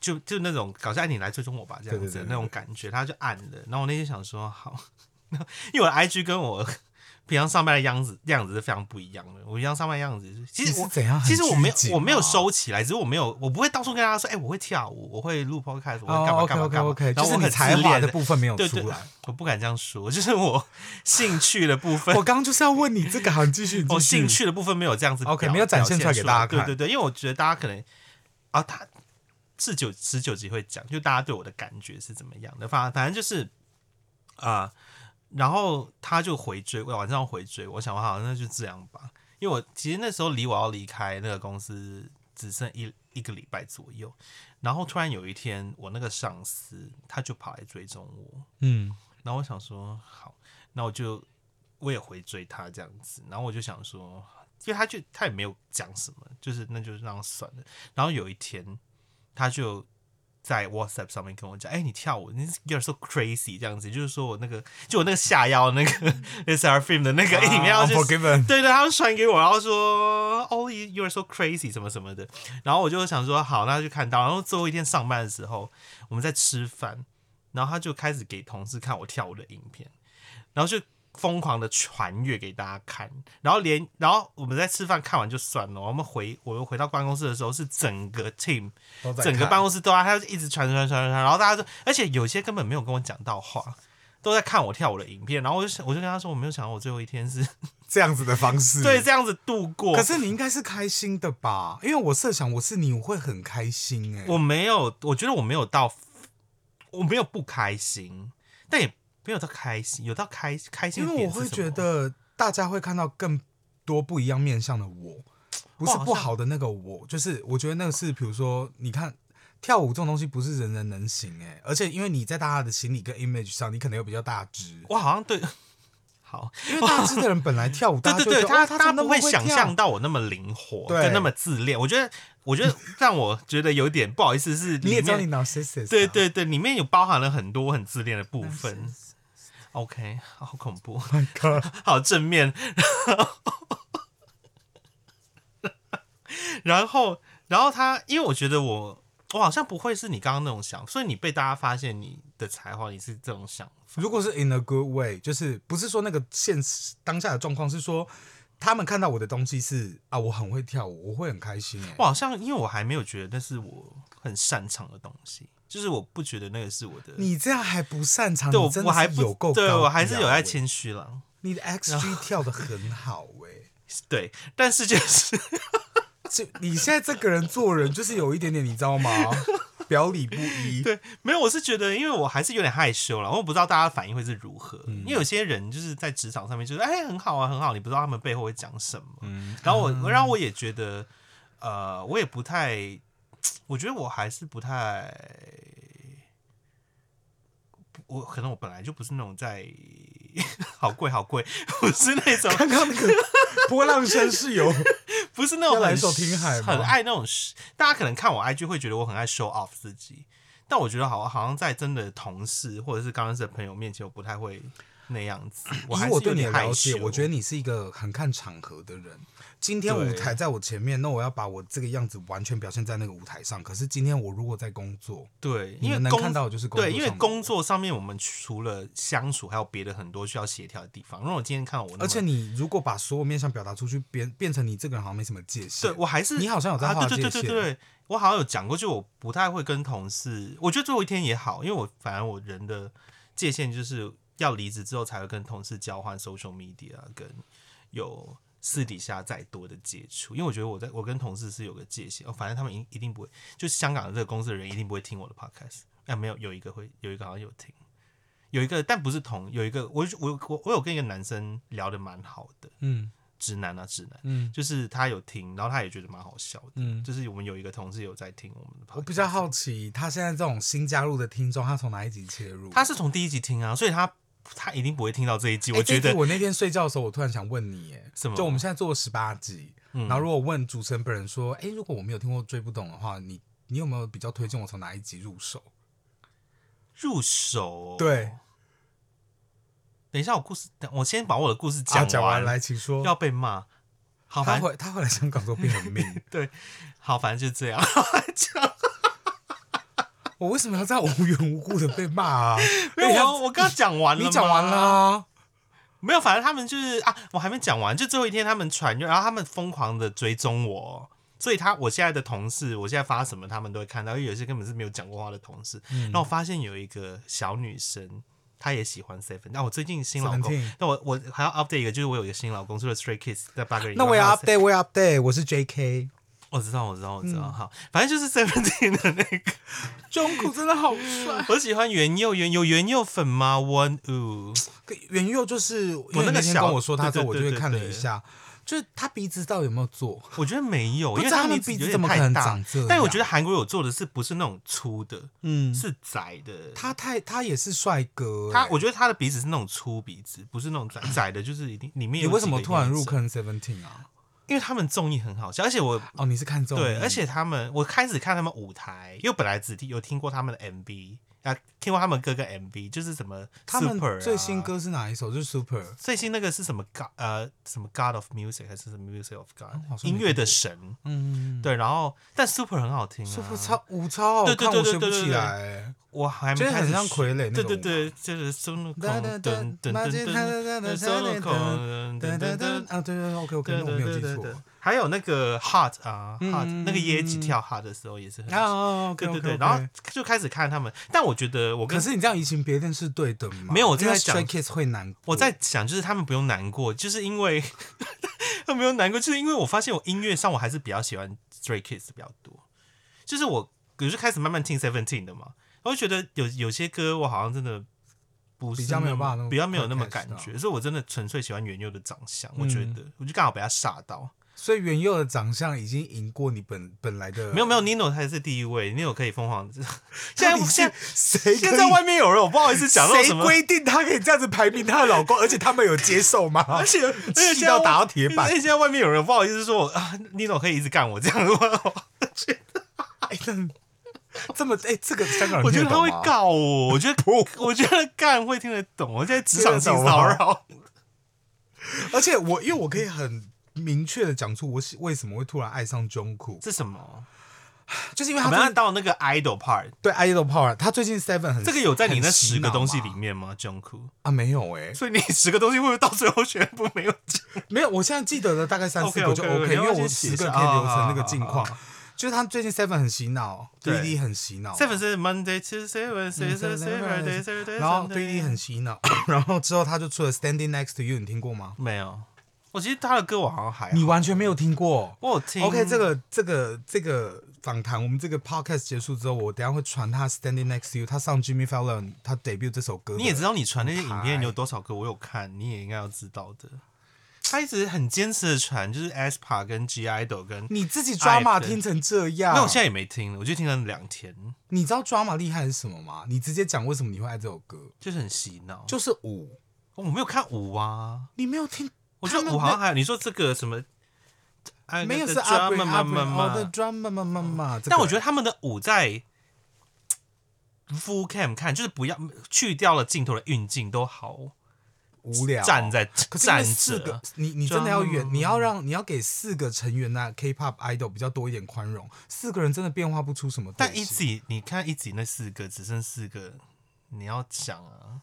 Speaker 1: 就就那种搞笑，哎你来追踪我吧这样子
Speaker 4: 对对对对
Speaker 1: 那种感觉，他就按了。然后我那天想说好， 因为我的 IG 跟我 平常上班的样子样子是非常不一样的。我平常上班的样子是，其实
Speaker 4: 你
Speaker 1: 我
Speaker 4: 是怎样很
Speaker 1: 其实我没有
Speaker 4: 拘谨啊吗
Speaker 1: 我没有收起来，只是我没有我不会到处跟大家说，哎、我会跳舞，我会录 podcast，我会干
Speaker 4: 哦
Speaker 1: 嘛
Speaker 4: ，OK
Speaker 1: 干嘛
Speaker 4: OK
Speaker 1: 干嘛。
Speaker 4: OK，
Speaker 1: 然
Speaker 4: 就
Speaker 1: 后
Speaker 4: 是
Speaker 1: 我
Speaker 4: 你
Speaker 1: 很
Speaker 4: 才
Speaker 1: 自
Speaker 4: 华
Speaker 1: 恋
Speaker 4: 的部分没有
Speaker 1: 对
Speaker 4: 出
Speaker 1: 对
Speaker 4: 来。，
Speaker 1: 我不敢这样说，就是我兴趣的部分
Speaker 4: 我。刚刚就是要问你这个，好，你继续。你继
Speaker 1: 哦，
Speaker 4: 续
Speaker 1: 兴趣的部分没有这样子
Speaker 4: OK，
Speaker 1: 表
Speaker 4: 没有展现
Speaker 1: 表
Speaker 4: 出来给大家看
Speaker 1: 对对对，因为我觉得大家可能啊，他十九十九集会讲，就大家对我的感觉是怎么样的，反反正就是啊、然后他就回追，我晚上要回追，我想我好那就这样吧，因为我其实那时候离我要离开那个公司只剩一一个礼拜左右，然后突然有一天，我那个上司他就跑来追踪我，
Speaker 4: 嗯，
Speaker 1: 然后我想说好，那我就我也回追他这样子，然后我就想说，因为他就他也没有讲什么，就是那就让算了。然后有一天，他就在 WhatsApp 上面跟我讲，哎、你跳舞，你有点 so crazy 这样子，就是说我那个就我那个下腰那个 S R film 的那
Speaker 4: 啊
Speaker 1: 个影片，然后就是
Speaker 4: Forgiven，
Speaker 1: 对对，他就传给我，然后说 “Oh, you you're so crazy” 什么什么的，然后我就想说好，那就看到。然后最后一天上班的时候，我们在吃饭，然后他就开始给同事看我跳舞的影片，然后就疯狂的传阅给大家看，然后连然后我们在吃饭看完就算了，我们回我们回到办公室的时候是整个 team 整个办公室都在，他就一直传传传传传，然后大家就，而且有些根本没有跟我讲到话，都在看我跳舞的影片，然后我就想，我就跟他说，我没有想到我最后一天是
Speaker 4: 这样子的方式，
Speaker 1: 对，这样子度过。
Speaker 4: 可是你应该是开心的吧？因为我设想我是你，我会很开心哎、
Speaker 1: 我没有，我觉得我没有到，我没有不开心，但也没有到开心，有到开开心
Speaker 4: 因
Speaker 1: 的
Speaker 4: 为
Speaker 1: 点
Speaker 4: 我
Speaker 1: 是
Speaker 4: 会
Speaker 1: 什
Speaker 4: 觉
Speaker 1: 么
Speaker 4: 得大家会看到更多不一样面向的我，不是
Speaker 1: 哇
Speaker 4: 不
Speaker 1: 好像
Speaker 4: 好的那个我，就是我觉得那个是，比如说，你看跳舞这种东西不是人人能行哎、而且因为你在大家的心理跟 image 上，你可能有比较大只，
Speaker 1: 我好像对， 好，
Speaker 4: 因为大只的人本来跳舞，
Speaker 1: 对
Speaker 4: 大
Speaker 1: 对
Speaker 4: 家就会
Speaker 1: 对，
Speaker 4: 觉得
Speaker 1: 他
Speaker 4: 哦他
Speaker 1: 他
Speaker 4: 怎么
Speaker 1: 不
Speaker 4: 那
Speaker 1: 会
Speaker 4: 么
Speaker 1: 想
Speaker 4: 跳
Speaker 1: 象到我那么灵活，
Speaker 4: 对
Speaker 1: 跟那么自恋。我觉得，我觉得让我觉得有点不好意思是
Speaker 4: 你
Speaker 1: 里
Speaker 4: 也知道你
Speaker 1: 面，
Speaker 4: narcissist，、啊、
Speaker 1: 对对对，里面有包含了很多很自恋的部分。OK，好恐怖
Speaker 4: Oh My God
Speaker 1: 好正面。然后，然后他，因为我觉得我，我好像不会是你刚刚那种想，所以你被大家发现你的才华，你是这种想法。
Speaker 4: 如果是 in a good way，就是不是说那个现实当下的状况，是说他们看到我的东西是啊，我很会跳舞，我会很开心、欸。
Speaker 1: 我好像因为我还没有觉得那是我很擅长的东西，就是我不觉得那个是我的。
Speaker 4: 你这样还不擅长，
Speaker 1: 对
Speaker 4: 你
Speaker 1: 我
Speaker 4: 真的
Speaker 1: 我还
Speaker 4: 是
Speaker 1: 不
Speaker 4: 有够
Speaker 1: 对
Speaker 4: 高
Speaker 1: 我还是有
Speaker 4: 调
Speaker 1: 在
Speaker 4: 欸。
Speaker 1: 谦虚了，
Speaker 4: 你的 XG 跳的很好哎、
Speaker 1: 对，但是就是
Speaker 4: 就你现在这个人做人就是有一点点，你知道吗？表里不 一。
Speaker 1: 对，没有，我是觉得，因为我还是有点害羞了，我不知道大家反应会是如何，因为有些人就是在职场上面就是哎很好啊很好，你不知道他们背后会讲什么，
Speaker 4: 嗯
Speaker 1: 然后我然后我也觉得，呃，我也不太，我觉得我还是不太。我可能我本来就不是那种在 好贵好贵，不是那种
Speaker 4: 刚刚那个波浪声是有，
Speaker 1: 不是那种
Speaker 4: 要来
Speaker 1: 很
Speaker 4: 一首听海吗
Speaker 1: 很爱那种，大家可能看我 IG 会觉得我很爱 show off 自己，但我觉得好好像在真的同事或者是刚认识的朋友面前，我不太会那样 子。我还
Speaker 4: 以
Speaker 1: 是
Speaker 4: 我
Speaker 1: 有
Speaker 4: 对你
Speaker 1: 点
Speaker 4: 的
Speaker 1: 害
Speaker 4: 了
Speaker 1: 羞
Speaker 4: 解，。我觉得你是一个很看场合的人。今天
Speaker 1: 对
Speaker 4: 舞台在我前面，那我要把我这个样子完全表现在那个舞台上。可是今天我如果在工作，
Speaker 1: 对，
Speaker 4: 你
Speaker 1: 因为
Speaker 4: 们能
Speaker 1: 工
Speaker 4: 看到的就是工作
Speaker 1: 对，因为
Speaker 4: 上的
Speaker 1: 工作上面我们除了相处，还有别的很多需要协调的地方。如果我今天看到我那么，
Speaker 4: 而且你如果把所有面向表达出去，变变成你这个人好像没什么界限。
Speaker 1: 对我还是
Speaker 4: 你好像哦有在
Speaker 1: 啊，
Speaker 4: 划
Speaker 1: 对对对对
Speaker 4: 界限
Speaker 1: 对，我好像有讲过，就我不太会跟同事，我觉得最后一天也好，因为我反正我人的界限就是要离职之后才会跟同事交换 social media，跟有私底下再多的接触，因为我觉得我在我跟同事是有个界限，哦，反正他们一一定不会，就香港的这个公司的人一定不会听我的 podcast，哎、没有有一个会，有一个好像有听。有一个，但不是同，有一个我我我我有跟一个男生聊得蛮好的，
Speaker 4: 嗯
Speaker 1: 直男啊直男，
Speaker 4: 嗯，
Speaker 1: 就是他有听，然后他也觉得蛮好笑的。
Speaker 4: 嗯
Speaker 1: 就是我们有一个同事有在听我们的 podcast，
Speaker 4: 哦我比较好奇，他现在这种新加入的听众，他从哪一集切入？
Speaker 1: 他是从第一集听啊，所以他他一定不会听到这一集。
Speaker 4: 欸
Speaker 1: 我觉
Speaker 4: 这一
Speaker 1: 得
Speaker 4: 集我那天睡觉的时候，我突然想问你，哎，
Speaker 1: 什么嗯
Speaker 4: 就我们现在做了十八集，然后如果问主持人本人说，哎，如果我没有听过追不懂的话，你你有没有比较推荐我从哪一集入手？
Speaker 1: 入手、哦
Speaker 4: 对，
Speaker 1: 等一下我故事，等我先把我的故事
Speaker 4: 啊
Speaker 1: 讲
Speaker 4: 讲
Speaker 1: 完，
Speaker 4: 来，请说。
Speaker 1: 要被骂。好，
Speaker 4: 他
Speaker 1: 反正
Speaker 4: 会他会来香港之后变 很命，
Speaker 1: 对，好，反正就 这样。
Speaker 4: 我为什么要这样无缘无故的被骂啊？
Speaker 1: 没有，
Speaker 4: 哎
Speaker 1: 我我刚讲完了，
Speaker 4: 你讲完了。啊，
Speaker 1: 没有，反正他们就是啊，我还没讲完，就最后一天他们传，然后他们疯狂的追踪我，所以他我现在的同事，我现在发什么他们都会看到，因为有些根本是没有讲过话的同事。然后我发现有一个小女生，她也喜欢 Seven，那、我最近新老公
Speaker 4: Seventeen，
Speaker 1: 那我我还要 update 一个，就是我有一个新老公，除了 Stray Kids 在八个人以外，
Speaker 4: 那我也
Speaker 1: 还有 Seven-
Speaker 4: update，我也 update，我是 J K，
Speaker 1: 我知道，我知道，我知道。好，反正就是 Seventeen 的那个，
Speaker 4: 中古真的好 帅。
Speaker 1: 我喜欢袁佑，袁有袁佑粉吗？One Ooh，
Speaker 4: 可袁佑就是我
Speaker 1: 那个
Speaker 4: 那天
Speaker 1: 小
Speaker 4: 跟我说他之
Speaker 1: 对
Speaker 4: 后，
Speaker 1: 对
Speaker 4: 我就会
Speaker 1: 对
Speaker 4: 看了
Speaker 1: 对
Speaker 4: 一下，就是他鼻子到底有没有做？
Speaker 1: 我觉得没有，
Speaker 4: 不
Speaker 1: 因为
Speaker 4: 知道
Speaker 1: 他
Speaker 4: 他们
Speaker 1: 名字
Speaker 4: 鼻子
Speaker 1: 有点
Speaker 4: 怎么可
Speaker 1: 太
Speaker 4: 能
Speaker 1: 大
Speaker 4: 长这
Speaker 1: 但我
Speaker 4: 样
Speaker 1: 觉得韩国有做的是不是那种粗的，
Speaker 3: 嗯，
Speaker 1: 是窄的。
Speaker 4: 他太他也是帅哥欸、
Speaker 1: 他，我觉得他的鼻子是那种粗鼻子，不是那种窄窄的，就是一定里面
Speaker 4: 你
Speaker 1: 有。
Speaker 4: 为什么突然入？坑 Seventeen 啊？
Speaker 1: 因为他们综艺很好笑，而且我
Speaker 4: 哦，你是看中
Speaker 1: 对，
Speaker 4: 你
Speaker 1: 而且他们我开始看他们舞台，因为本来只听有听过他们的 MV 啊，听过他们歌跟 MV，就是什么 Super 啊、
Speaker 4: 他们最新歌是哪一首？就是 Super。
Speaker 1: 最新那个是什么 God 呃什么 God of Music 还是什么 Music of God、
Speaker 4: 哦好像没
Speaker 1: 音乐的神，
Speaker 4: 嗯，
Speaker 1: 对，然后但 Super 很好听、啊、
Speaker 4: Super 超舞超好
Speaker 1: 对对
Speaker 4: 看，
Speaker 1: 对
Speaker 4: 我
Speaker 1: 对
Speaker 4: 学不
Speaker 1: 对对
Speaker 4: 起
Speaker 1: 对
Speaker 4: 来欸，
Speaker 1: 我还没
Speaker 4: 就是
Speaker 1: 开始
Speaker 4: 很像
Speaker 1: 学
Speaker 4: 傀儡那
Speaker 1: 对
Speaker 4: 种。
Speaker 1: 对对，就是孙悟空
Speaker 4: 哒
Speaker 1: 噔
Speaker 4: 哒
Speaker 1: 噔
Speaker 4: 哒
Speaker 1: 噔噔
Speaker 4: 马吉哒哒哒哒
Speaker 1: 噔，孙悟空噔
Speaker 4: 哒
Speaker 1: 噔
Speaker 4: 哒
Speaker 1: 噔
Speaker 4: 哒
Speaker 1: 噔。
Speaker 4: 啊，对对对，OK OK，
Speaker 1: 对
Speaker 4: 那我
Speaker 1: 对
Speaker 4: 没有
Speaker 1: 对
Speaker 4: 记
Speaker 1: 对
Speaker 4: 错
Speaker 1: 对，还有那个 Hot 啊
Speaker 4: 嗯
Speaker 1: ，Hot 那个椰
Speaker 4: 嗯
Speaker 1: 子
Speaker 4: 嗯
Speaker 1: 跳 Hot 的时候也是很
Speaker 4: 啊啊，OK
Speaker 1: 对对
Speaker 4: OK
Speaker 1: 对，
Speaker 4: OK。
Speaker 1: 然后就开始看他们，但我觉得我跟
Speaker 4: 可是你这样移情别恋是对的吗？
Speaker 1: 没有我
Speaker 4: 因
Speaker 1: 正
Speaker 4: 为
Speaker 1: 在讲
Speaker 4: Stray Kids 会难过。
Speaker 1: 我在想，就是他们不用难过，就是因为 他们不用难过，就是因为我发现我音乐上我还是比较喜欢 Stray Kids 比较多，就是我我就开始慢慢听 Seventeen 的嘛，我就觉得有有些歌我好像真的不是
Speaker 4: 比较没有办法那么
Speaker 1: 比较没有那么
Speaker 4: podcast
Speaker 1: 感
Speaker 4: 啊嗯
Speaker 1: 觉，所以我真的纯粹喜欢袁佑的长相，我觉得我就刚好被他吓到，
Speaker 4: 所以袁佑的长相已经赢过你本本来的，
Speaker 1: 没有没有 Nino 才是第一位，Nino 可以疯狂， 现在
Speaker 4: 到底是
Speaker 1: 现在
Speaker 4: 谁
Speaker 1: 现
Speaker 4: 可
Speaker 1: 在
Speaker 4: 以
Speaker 1: 外面有人，我不好意思讲到
Speaker 4: 谁
Speaker 1: 什么。
Speaker 4: 规定她可以这样子排名她的老公？而且他们有接受 吗？
Speaker 1: 而且而且现
Speaker 4: 气
Speaker 1: 在
Speaker 4: 到
Speaker 1: 外
Speaker 4: 打到铁板
Speaker 1: 而且现在外面有人不好意思说我啊，Nino 可以一直干我这样的话，
Speaker 4: 哎，那这么哎、这个香港人
Speaker 1: 我觉得
Speaker 4: 听
Speaker 1: 他
Speaker 4: 懂啊
Speaker 1: 会
Speaker 4: 吗
Speaker 1: 告我。我觉得
Speaker 4: 不，
Speaker 1: 我觉得干会听得懂。我现在职场性
Speaker 4: 听得懂
Speaker 1: 骚
Speaker 4: 吗
Speaker 1: 扰，
Speaker 4: 而且我因为我可以很明确的讲出我喜为什么会突然爱上中酷，
Speaker 1: 这什么？
Speaker 4: 就是因为
Speaker 1: 我
Speaker 4: 他
Speaker 1: 们
Speaker 4: 最
Speaker 1: 要
Speaker 4: 近
Speaker 1: 到那个 idol part，
Speaker 4: 对 idol power，他最近 seven 很
Speaker 1: 这个有在你那
Speaker 4: 很
Speaker 1: 十
Speaker 4: 洗
Speaker 1: 个
Speaker 4: 脑
Speaker 1: 东西
Speaker 4: 嘛
Speaker 1: 里面吗？Jungkook，
Speaker 4: 啊？没有哎、
Speaker 1: 所以你十个东西会不会到最后全部没有讲？
Speaker 4: 没有，我现在记得的大概三四个
Speaker 1: OK，OK，OK，
Speaker 4: 就
Speaker 1: 你
Speaker 4: OK，
Speaker 1: 要
Speaker 4: 因为
Speaker 1: 先
Speaker 4: 我
Speaker 1: 写
Speaker 4: 十个
Speaker 1: 一
Speaker 4: 可
Speaker 1: 下
Speaker 4: 以
Speaker 1: 啊
Speaker 4: 留
Speaker 1: 好
Speaker 4: 成那个
Speaker 1: 好
Speaker 4: 近
Speaker 1: 好
Speaker 4: 况
Speaker 1: 好。
Speaker 4: 就是他最近 Seven 很洗脑
Speaker 1: 对
Speaker 4: ，Three D 很洗脑
Speaker 1: Seven 是 Monday, Tuesday, Wednesday, Thursday, Friday, Saturday,
Speaker 4: 然后 Three
Speaker 1: Sunday
Speaker 4: D 很洗脑， 然后之后他就出了 Standing Next to You，你听过吗？
Speaker 1: 没有。我其实他的歌我好像还好
Speaker 4: 你完全没有听过。
Speaker 1: 我有听
Speaker 4: OK，这个这个这个访谈，我们这个 podcast 结束之后，我等一下会传他 Standing Next to You，他上 Jimmy Fallon 他 debut 这首歌的。
Speaker 1: 你也知道，你传那些影
Speaker 4: 排
Speaker 1: 片，你有多少个我有看，你也应该要知道的。他一直很坚持的传，就是 aespa 跟 G idol 跟，
Speaker 4: 你自己 drama
Speaker 1: 哎对
Speaker 4: 听成这样，
Speaker 1: 那我现在也没听了，我就听了两天，
Speaker 4: 你知道 drama 厉害是什么吗？你直接讲为什么你会爱这首歌，
Speaker 1: 就是很洗脑。就
Speaker 4: 就是舞，
Speaker 1: 我没有看舞啊，
Speaker 4: 你没有听，
Speaker 1: 我觉
Speaker 4: 他
Speaker 1: 得
Speaker 4: 们
Speaker 1: 舞好像还有你说这个什么，哎
Speaker 4: 没有是哦
Speaker 1: drama
Speaker 4: up
Speaker 1: 嘛
Speaker 4: up
Speaker 1: 嘛嘛
Speaker 4: 的 drama 嘛嘛嘛，
Speaker 1: 但我觉
Speaker 4: 得
Speaker 1: 得他们的舞在 full cam 看，就是不要去掉了镜头的运镜都好，
Speaker 4: 无聊，
Speaker 1: 站在
Speaker 4: 可是因为
Speaker 1: 站
Speaker 4: 四
Speaker 1: 着
Speaker 4: 个。，你你真的要
Speaker 1: 装
Speaker 4: 远，你要让你要给四个成员那 K-pop idol 比较多一点宽容，四个人真的变化不出什么东西。
Speaker 1: 但一集你看一集那四个只剩四个，你要想 啊，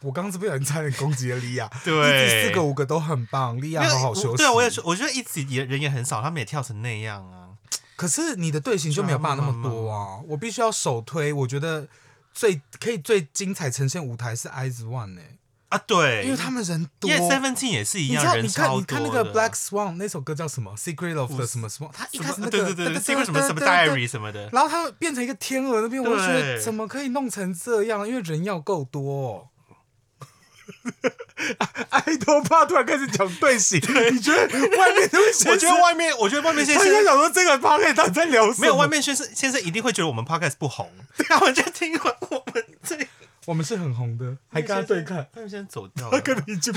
Speaker 4: 我刚刚是不是有人差点攻击了莉亚？
Speaker 1: 对
Speaker 4: 一集四个五个都很棒，莉亚
Speaker 1: 没有
Speaker 4: 好好休息。
Speaker 1: 对啊，我也说，我觉得一集也人也很少，他们也跳成那样啊。
Speaker 4: 可是你的队形就没有办法那么多啊！我必须要首推，我觉得最可以最精彩呈现舞台是 Eyes One 欸呢、
Speaker 1: 啊，对，
Speaker 4: 因为他们人多。
Speaker 1: 因为 Seventeen 也是一
Speaker 4: 你知
Speaker 1: 样，
Speaker 4: 道，
Speaker 1: 人
Speaker 4: 你看，
Speaker 1: 超
Speaker 4: 你看那
Speaker 1: 多的。
Speaker 4: 个 Black Swan 那首歌叫什么？Secret of the 什么什么？他一开始那
Speaker 1: 对
Speaker 4: 个
Speaker 1: 对对对，Secret 什么什么 Diary 什么的，
Speaker 4: 然后他变成一个天鹅那边，我就觉得
Speaker 1: 对
Speaker 4: 怎么可以弄成这样？因为人要够多、哦。爱多怕突然开始讲队 形，你觉得外面都是？
Speaker 1: 我觉得外面，我觉得外面先
Speaker 4: 他就
Speaker 1: 生
Speaker 4: 想说这个 p o c a s 在聊什么？啊
Speaker 1: 没有外面先生先生一定会觉得我们 podcast 不红，他们就听完我们这里，
Speaker 4: 我们是很红的，还跟他对看，
Speaker 1: 他们先走掉
Speaker 4: 他
Speaker 1: 了，
Speaker 4: 根本就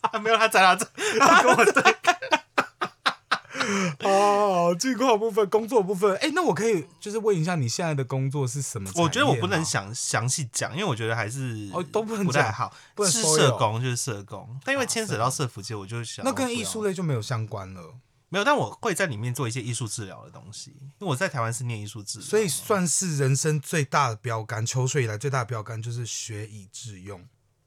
Speaker 1: 啊没有他在他这，他跟我对，
Speaker 4: 哦，近况部分、工作部分，哎、那我可以就是问一下你现在的工作是什么产业吗？
Speaker 1: 我觉得我不能详详细讲，因为我觉得还是
Speaker 4: 哦都不能
Speaker 1: 不太
Speaker 4: 讲
Speaker 1: 好，
Speaker 4: 不能
Speaker 1: 是
Speaker 4: spoil
Speaker 1: 社工就是社工，但因为牵扯到社服界，我就想
Speaker 4: 那
Speaker 1: 不
Speaker 4: 跟
Speaker 1: 要
Speaker 4: 艺术类就没有相关了，
Speaker 1: 没有，但我会在里面做一些艺术治疗的东西，因为我在台湾是念艺术治疗嘛，
Speaker 4: 所以算是人生最大的标杆，求学以来最大的标杆就是学以致用。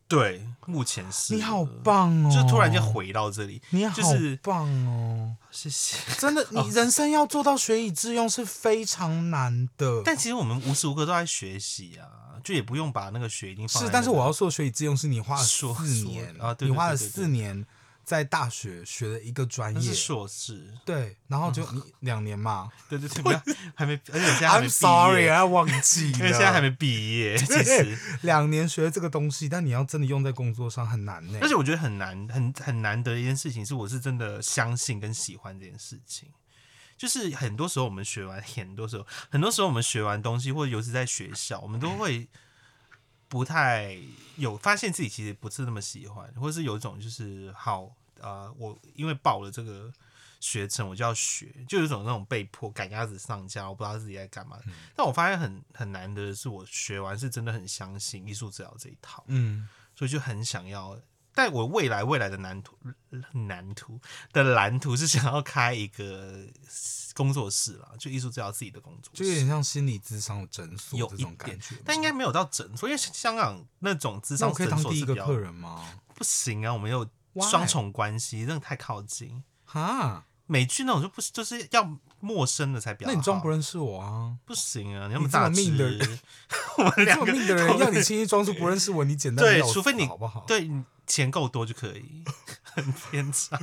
Speaker 1: 对目前是
Speaker 4: 你好棒哦！
Speaker 1: 就突然间，回到这里，
Speaker 4: 你好
Speaker 1: 就是哦
Speaker 4: 棒哦！
Speaker 1: 谢谢。
Speaker 4: 真的，你人生要做到学以致用是非常难的。
Speaker 1: 但其实我们无时无刻都在学习啊，就也不用把那个学已经放在
Speaker 4: 是，
Speaker 1: 那
Speaker 4: 但是
Speaker 1: 个
Speaker 4: 我要说，学以致用是你花了
Speaker 1: 说
Speaker 4: 四
Speaker 1: 说
Speaker 4: 年
Speaker 1: 啊对对
Speaker 4: 你花了
Speaker 1: 对对对
Speaker 4: 四年在大学学了一个专
Speaker 1: 那
Speaker 4: 业
Speaker 1: 是，嗯硕士，
Speaker 4: 对，然后就你两年嘛。
Speaker 1: 对对对，不要还没，而且现在还没 毕业
Speaker 4: I'm sorry，啊，忘记了，
Speaker 1: 因为 现在还没毕业，其实，
Speaker 4: 两年学这个东西，但你要真的用在工作上很难呢、
Speaker 1: 而且我觉得很难，很很难得的一件事情是，我是真的相信跟喜欢这件事情。就是很多时候我们学完， 很多时候，很多时候我们学完东西，或者尤其在学校，我们都会不太有发现自己其实不是那么喜欢，或者是有一种就是好，呃，我因为报了这个学程，我就要学，就有一种那种被迫赶鸭子上架，我不知道自己在干嘛。但我发现很很难得的是，我学完是真的很相信艺术治疗这一套。
Speaker 4: 嗯，
Speaker 1: 所以就很想要。但我未来未来的蓝图蓝图的蓝图是想要开一个工作室啦， 就艺术治疗自己的工作
Speaker 4: 就有
Speaker 1: 室
Speaker 4: 点，像心理咨商诊所
Speaker 1: 有
Speaker 4: 这
Speaker 1: 一
Speaker 4: 种感
Speaker 1: 点
Speaker 4: 觉。，
Speaker 1: 但应该没有到诊所，因为香港那种智
Speaker 4: 那
Speaker 1: 商
Speaker 4: 我可以
Speaker 1: 诊
Speaker 4: 当
Speaker 1: 所
Speaker 4: 第一
Speaker 1: 是
Speaker 4: 个
Speaker 1: 比较
Speaker 4: 客人吗？
Speaker 1: 不行啊，我们有
Speaker 4: Why？
Speaker 1: 双重关系，那个太靠近。
Speaker 4: 哈，
Speaker 1: 美剧那种就不是就是要陌生的才比较
Speaker 4: 那
Speaker 1: 好，
Speaker 4: 你装不认识我啊？
Speaker 1: 不行啊，你那么
Speaker 4: 你这
Speaker 1: 大
Speaker 4: 么命的
Speaker 1: 只， 我们
Speaker 4: 你这
Speaker 1: 两
Speaker 4: 么
Speaker 1: 个
Speaker 4: 命的人，要你轻易装出不认识我，你简单
Speaker 1: 对
Speaker 4: 要死
Speaker 1: 除非你
Speaker 4: 好不好？，
Speaker 1: 对你钱够多就可以， 很偏差。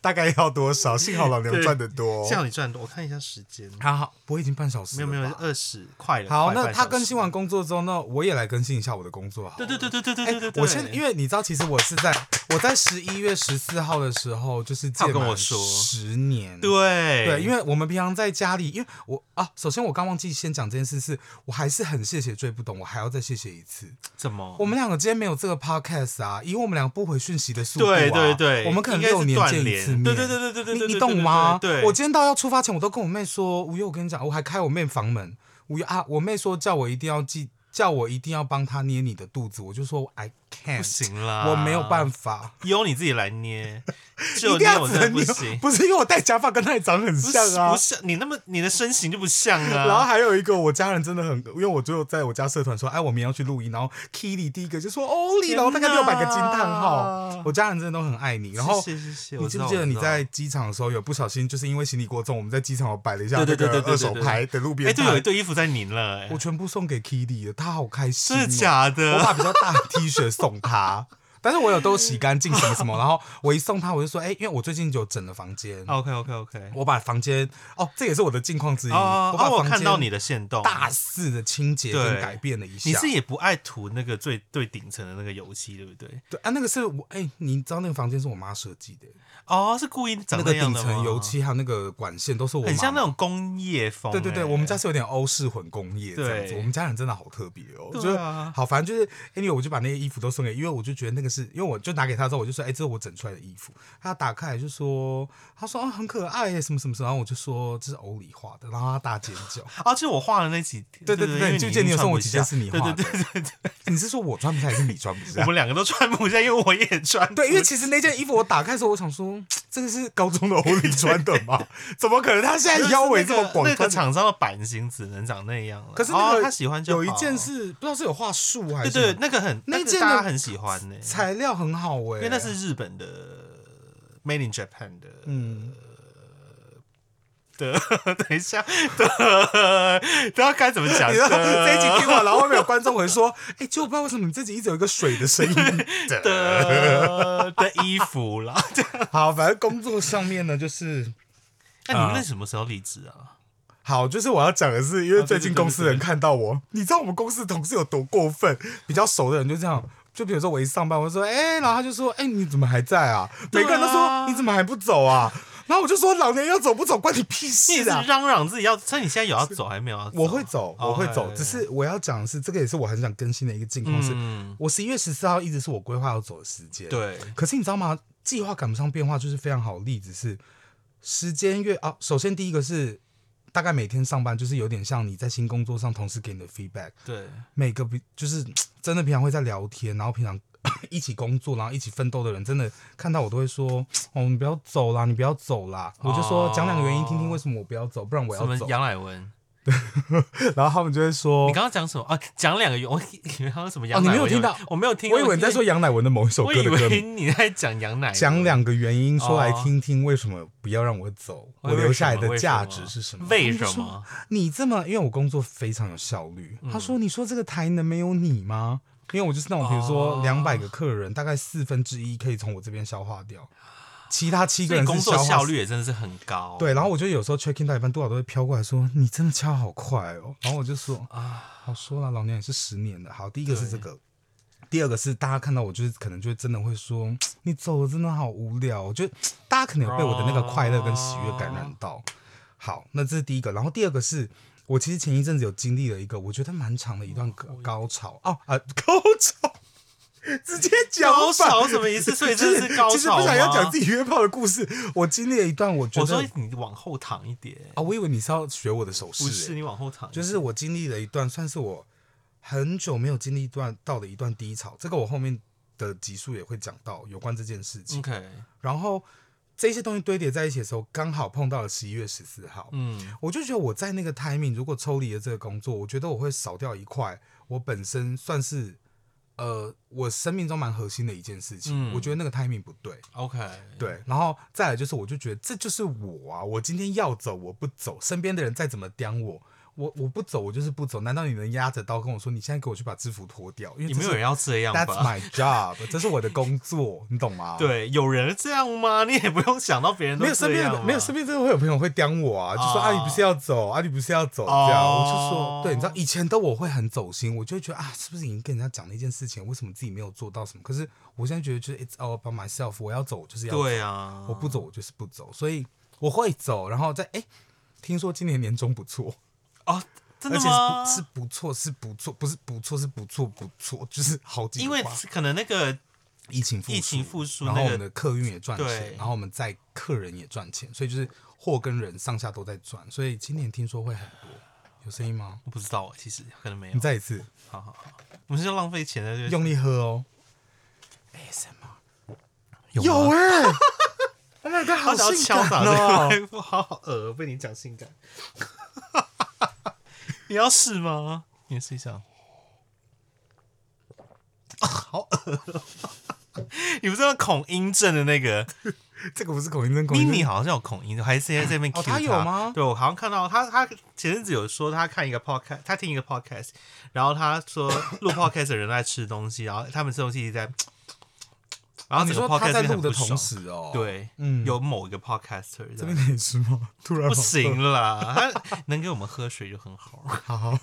Speaker 4: 大概要多少？幸好老娘赚得多。
Speaker 1: 幸好你赚多，我看一下时间。
Speaker 4: 好好，不会已经半小时
Speaker 1: 没有
Speaker 4: 了
Speaker 1: 没有，
Speaker 4: 吧
Speaker 1: 二十快了。
Speaker 4: 好，
Speaker 1: 快
Speaker 4: 那
Speaker 1: 半
Speaker 4: 他
Speaker 1: 小
Speaker 4: 更
Speaker 1: 时
Speaker 4: 新完工作之后，那我也来更新一下我的工作好
Speaker 1: 对
Speaker 4: 了。
Speaker 1: 对对对对对
Speaker 4: 哎、
Speaker 1: 对对对。
Speaker 4: 我现在因为你知道，其实我是在我在十一月十四号的时候，就是
Speaker 1: 他有
Speaker 4: 届
Speaker 1: 跟我
Speaker 4: 满
Speaker 1: 说
Speaker 4: 十年，
Speaker 1: 对
Speaker 4: 对，因
Speaker 1: 为
Speaker 4: 为我们平常在家里，因为我啊，首先我刚忘记先讲这件事是，我还是很谢谢追不懂，我还要再谢谢一次。
Speaker 1: 怎么
Speaker 4: 我们两个今天没有这个 podcast 啊，以我们两个不回讯息的速度、啊，
Speaker 1: 对对对，
Speaker 4: 我们可能
Speaker 1: 应该是
Speaker 4: 六年
Speaker 1: 断
Speaker 4: 见一
Speaker 1: 联
Speaker 4: 次面，
Speaker 1: 对对对对对对对，
Speaker 4: 你
Speaker 1: 对
Speaker 4: 你懂吗？
Speaker 1: 对，
Speaker 4: 我今天到要出发前，我都跟我妹说，吴月，我跟你讲，我还开我妹房门，吴月啊，我妹说叫我一定要记，叫我一定要帮她捏你的肚子，我就说 I
Speaker 1: 不
Speaker 4: can't，
Speaker 1: 行啊啦，
Speaker 4: 我没有办
Speaker 1: 法，
Speaker 4: 法，
Speaker 1: 由你自己来捏，
Speaker 4: 一
Speaker 1: 就
Speaker 4: 定
Speaker 1: 捏
Speaker 4: 要
Speaker 1: 我
Speaker 4: 只
Speaker 1: 真的
Speaker 4: 能
Speaker 1: 不
Speaker 4: 捏
Speaker 1: 行，
Speaker 4: 不是因为我
Speaker 1: 哎
Speaker 4: 戴假
Speaker 3: 啊
Speaker 4: 发跟她也长很
Speaker 1: 不
Speaker 4: 像啊
Speaker 1: 不。像你那么你的身形就不像啊。
Speaker 4: 然后还有一个，我家人真的很，因为我只有在我家社团说，哎，我明天要去录音，然后 Kitty 第一个就说哦，你，
Speaker 1: 天
Speaker 4: 然后大概六百个
Speaker 1: 哪
Speaker 4: 惊叹号，我家人真的都很爱你。然后
Speaker 1: 谢谢谢谢，
Speaker 4: 你
Speaker 1: 我
Speaker 4: 记
Speaker 1: 知
Speaker 4: 不
Speaker 1: 道
Speaker 4: 记得
Speaker 1: 我
Speaker 4: 你
Speaker 1: 知道哎
Speaker 4: 在机场的时候有不小心，就是因为行李过重，我们在机场有摆了一下那
Speaker 1: 对对对
Speaker 4: 个
Speaker 1: 对对
Speaker 4: 二手牌的路
Speaker 1: 哎，
Speaker 4: 边
Speaker 1: 对，有一
Speaker 4: 摊，
Speaker 1: 对衣服在你了，哎
Speaker 4: 我全部送给 Kitty 了，她好开心、
Speaker 1: 真的？假
Speaker 4: 我
Speaker 1: 的？
Speaker 4: 把比较大的 T 恤送她，但是我有都洗干净什么什么，然后我一送她，我就说，哎、因为我最近有整了房间，
Speaker 1: OK OK OK，
Speaker 4: 我把房间哦，这也是我的近况之一，
Speaker 1: 哦，
Speaker 4: 把
Speaker 1: 哦我
Speaker 4: 房间
Speaker 1: 看到你的线动
Speaker 4: 大肆的清洁跟
Speaker 1: 对
Speaker 4: 改变了一下。
Speaker 1: 你是也不爱涂那个最最顶层的那个油漆，对不对？
Speaker 4: 对啊，那个是我哎、你知道那个房间是我妈设计的，
Speaker 1: 哦，是故意长
Speaker 4: 那个
Speaker 1: 样
Speaker 4: 顶
Speaker 1: 的
Speaker 4: 层
Speaker 1: 吗
Speaker 4: 油，漆还有那个管线都是我妈
Speaker 1: 很像那
Speaker 4: 买的
Speaker 1: 种工业风、
Speaker 4: 对对对，
Speaker 1: 哎
Speaker 4: 我们家是有点欧式混工业这样子，
Speaker 1: 对
Speaker 4: 我们家人真的好特别哦。
Speaker 1: 对
Speaker 4: 就是
Speaker 1: 啊
Speaker 4: 好，反正就是 anyway，我就把那些衣服都送给，因为我就觉得那个是，因为我就拿给他之后，我就说，哎、这是我整出来的衣服。他打开来就说，他说啊很可爱耶，什么什么什么，然后我就说这是欧里画的，然后他大尖叫。
Speaker 1: 哦，就是我画的那几，
Speaker 4: 对对
Speaker 1: 对
Speaker 4: 对
Speaker 1: 因为
Speaker 4: 就
Speaker 1: 已
Speaker 4: 见
Speaker 1: 经
Speaker 4: 你有
Speaker 1: 穿
Speaker 4: 送我
Speaker 1: 不
Speaker 4: 几
Speaker 1: 下
Speaker 4: 件是你画的
Speaker 1: 对对对对对，
Speaker 4: 你是说我穿不下还是你穿不下
Speaker 1: 我？们两个都穿不下，因为我也穿。
Speaker 4: 对，因为其实那件衣服我打开的时候，我想说，这个是高中的欧里穿的 吗？怎么可能？他现在腰围这么广，
Speaker 1: 那个
Speaker 4: 穿
Speaker 1: 厂、商的版型只能长那样了。
Speaker 4: 可是那个、
Speaker 1: 哦、他喜欢就好
Speaker 4: 有一件，是不知道是有画树还
Speaker 1: 对
Speaker 4: 是
Speaker 1: 对，那个很
Speaker 4: 那
Speaker 1: 个
Speaker 4: 件的
Speaker 1: 大家很喜欢呢、
Speaker 4: 材料很好哎、
Speaker 1: 因为那是日本的 Made in Japan 的。
Speaker 4: 嗯，
Speaker 1: 的， 等一下的， 不知道该怎么讲。
Speaker 4: 你知道
Speaker 1: 的
Speaker 4: 这一集听完，然后外面有观众会说：“哎、就不知道为什么你这集一直有一个水的声音。
Speaker 1: 的的衣服 啦。”
Speaker 4: 好，反正工作上面呢，就是
Speaker 1: 那哎你们那什么时候离职啊？
Speaker 4: 好，就是我要讲的是，因为
Speaker 1: 啊对
Speaker 4: 最近
Speaker 1: 对对
Speaker 4: 公司人
Speaker 1: 对
Speaker 4: 看到我，你知道我们公司同事有多过分？比较熟的人就这样。就比如说我一上班，我就说，哎、然后他就说，哎、你怎么还在啊？
Speaker 1: 对
Speaker 4: 每
Speaker 1: 啊
Speaker 4: 个人都说你怎么还不走啊？然后我就说，老娘要走不走关你屁
Speaker 1: 你也
Speaker 4: 事
Speaker 1: 嗯是
Speaker 4: 啊！
Speaker 1: 嚷嚷自己要，所以你现在有要走还没有要走？啊
Speaker 4: 我会走，我会走，
Speaker 1: 哦
Speaker 4: 只是我要讲的是，这个也是我很想更新的一个近况是，
Speaker 1: 嗯，
Speaker 4: 我十一月十四号一直是我规划要走的时间。，
Speaker 1: 对，
Speaker 4: 可是你知道吗？计划赶不上变化就是非常好的例子是，时间越啊，首先第一个是大概每天上班就是有点像你在新工作上同事给你的 feedback，
Speaker 1: 对，
Speaker 4: 每个比就是真的平常会在聊天，然后平常 一起工作，然后一起奋斗的人，真的看到我都会说哦，你不要走啦，你不要走啦，我就说
Speaker 1: 哦
Speaker 4: 讲两个原因听听为什么我不要走，不然我
Speaker 1: 什
Speaker 4: 要
Speaker 1: 么
Speaker 4: 走，
Speaker 1: 杨乃文？
Speaker 4: 然后他们就会说
Speaker 1: 你。刚刚讲什么啊？讲两个原，我以为他说什么杨
Speaker 4: 哦你
Speaker 1: 乃
Speaker 4: 没
Speaker 1: 文？
Speaker 4: 有听到
Speaker 1: 我没有听，
Speaker 4: 我以为你在说杨乃文的某一首
Speaker 1: 我
Speaker 4: 歌
Speaker 1: 以
Speaker 4: 的歌名
Speaker 1: 为，你在讲杨乃文，
Speaker 4: 讲两个原因说来
Speaker 1: 哦
Speaker 4: 听听，为什么不要让我走？
Speaker 1: 为
Speaker 4: 我留下来的价值是什么？
Speaker 1: 为
Speaker 4: 他
Speaker 1: 什
Speaker 4: 们就说
Speaker 1: 么？嗯
Speaker 4: 你这么？因为我工作非常有效率。他说：“你说这个台能没有你吗？”因为我就是那种比如
Speaker 1: 哦
Speaker 4: 说两百个客人，大概四分之一可以从我这边消化掉，其他七
Speaker 1: 所
Speaker 4: 个
Speaker 1: 以
Speaker 4: 人是
Speaker 1: 工作
Speaker 4: 消化
Speaker 1: 效率也真的是很高。
Speaker 4: 对，然后我就有时候 check in 到一半，督导都会飘过来说：“你真的敲好快 哦。”然后我就说：“啊，好说了，老娘也是十年的。”好，第一个是这个，第二个是大家看到我就是可能就会真的会说：“你走的真的好无聊。”我觉得大家可能有被我的那个快乐跟喜悦感染
Speaker 1: 哦
Speaker 4: 到。好，那这是第一个，然后第二个是。我其实前一阵子有经历了一个我觉得蛮长的一段高高潮哦啊、 高潮，直接讲
Speaker 1: 高
Speaker 4: 反
Speaker 1: 潮什么意思？所以这是高潮
Speaker 4: 其实不想要讲
Speaker 1: 己。
Speaker 4: 自己约炮的故事，我经历了一段，我觉
Speaker 1: 我
Speaker 4: 得
Speaker 1: 说你往后躺一点，
Speaker 4: 啊，我以为你是要学我的手势、
Speaker 1: 不是
Speaker 4: 欸
Speaker 1: 你往后躺一
Speaker 4: 就
Speaker 1: 点，
Speaker 4: 是我经历了一段，算是我很久没有经历一段到的一段低潮。这个我后面的集数也会讲到有关这件事情。
Speaker 1: OK，
Speaker 4: 然后这些东西堆叠在一起的时候，刚好碰到了十一月十四号，
Speaker 1: 嗯，
Speaker 4: 我就觉得我在那个 timing 如果抽离了这个工作，我觉得我会少掉一块我本身算是呃我生命中蛮核心的一件事情。
Speaker 1: 嗯
Speaker 4: 我觉得那个 timing 不对。
Speaker 1: OK，，
Speaker 4: 对，然后再来就是，我就觉得这就是我啊，我今天要走我不走，身边的人再怎么刁我，我我不走我就是不走，难道你能压着刀跟我说你现在给我去把制服脱掉？因为
Speaker 1: 也
Speaker 4: 这
Speaker 1: 没有
Speaker 4: 是
Speaker 1: 人要这样
Speaker 4: That's
Speaker 1: 吧？
Speaker 4: my job，这 是我的工作，你懂吗？。
Speaker 1: 对，有人这样吗？你也不用想到别人都
Speaker 4: 啊没有身
Speaker 1: 这
Speaker 4: 边
Speaker 1: 样啊
Speaker 4: 的
Speaker 1: 嘛
Speaker 4: 没有身边真的会有朋友会刁我啊，就说
Speaker 1: 啊
Speaker 4: 啊你不是要走啊你不是要走
Speaker 1: 哦
Speaker 4: 这样，我就说对，你知道以前的我会很走心，我就会觉得啊是不是已经跟人家讲了一件事情，为什么自己没有做到什么？可是我现在觉得就是 it's all about myself，我要走我就是要走
Speaker 1: 对啊，
Speaker 4: 我不走我就是不走，所以我会走，然后再哎、听说今年年终不错，
Speaker 1: 哦，真
Speaker 4: 而
Speaker 1: 的
Speaker 4: 且
Speaker 1: 吗？
Speaker 4: 是不是不错，是不错，不是不错，是不错不错，就是好几个
Speaker 1: 因为
Speaker 4: 话
Speaker 1: 可能那个
Speaker 4: 疫情复苏
Speaker 1: 疫情复苏
Speaker 4: 然后我
Speaker 1: 那个
Speaker 4: 们的客运也赚钱
Speaker 1: 对，
Speaker 4: 然后我们在客人也赚钱，所以就是货跟人上下都在赚，所以今年听说会很多，有声音吗？
Speaker 1: 我不知道欸，其实可能没有
Speaker 4: 你。再一次
Speaker 1: 好好好，我们是要浪费钱的，就是
Speaker 4: 用力喝哦，
Speaker 1: 有啊吗
Speaker 4: 哎、o h my god，
Speaker 1: 好
Speaker 4: 好
Speaker 1: 想要
Speaker 4: 性
Speaker 1: 敲
Speaker 4: 感
Speaker 1: 打
Speaker 4: 哦！
Speaker 1: 这个，好好恶，被你讲性感。 你要试吗？你试一下。 好恶！ 你不是那恐音症的那个
Speaker 4: 这个不是口音，真口音。
Speaker 1: Mini 好像有恐音症，还是现在在那边 cue
Speaker 4: 哦
Speaker 1: 他
Speaker 4: 他有吗
Speaker 1: 对，我好像看到他，他前阵子有说他看一个 podcast，他听一个 podcast，然后他说录 podcast 的人都在吃东西，然后他们吃东西一直在，然后
Speaker 4: 哦你
Speaker 1: 整个
Speaker 4: 说他
Speaker 1: podcast
Speaker 4: 在
Speaker 1: 变得
Speaker 4: 录
Speaker 1: 很
Speaker 4: 的
Speaker 1: 不
Speaker 4: 同
Speaker 1: 爽
Speaker 4: 时哦，，
Speaker 1: 对，
Speaker 4: 嗯
Speaker 1: 有某一个 podcaster 这
Speaker 4: 这
Speaker 1: 样
Speaker 4: 边可以吃吗？突然
Speaker 1: 不
Speaker 4: 好饿
Speaker 1: 行啦，他能给我们喝水就很 好。
Speaker 4: 好好，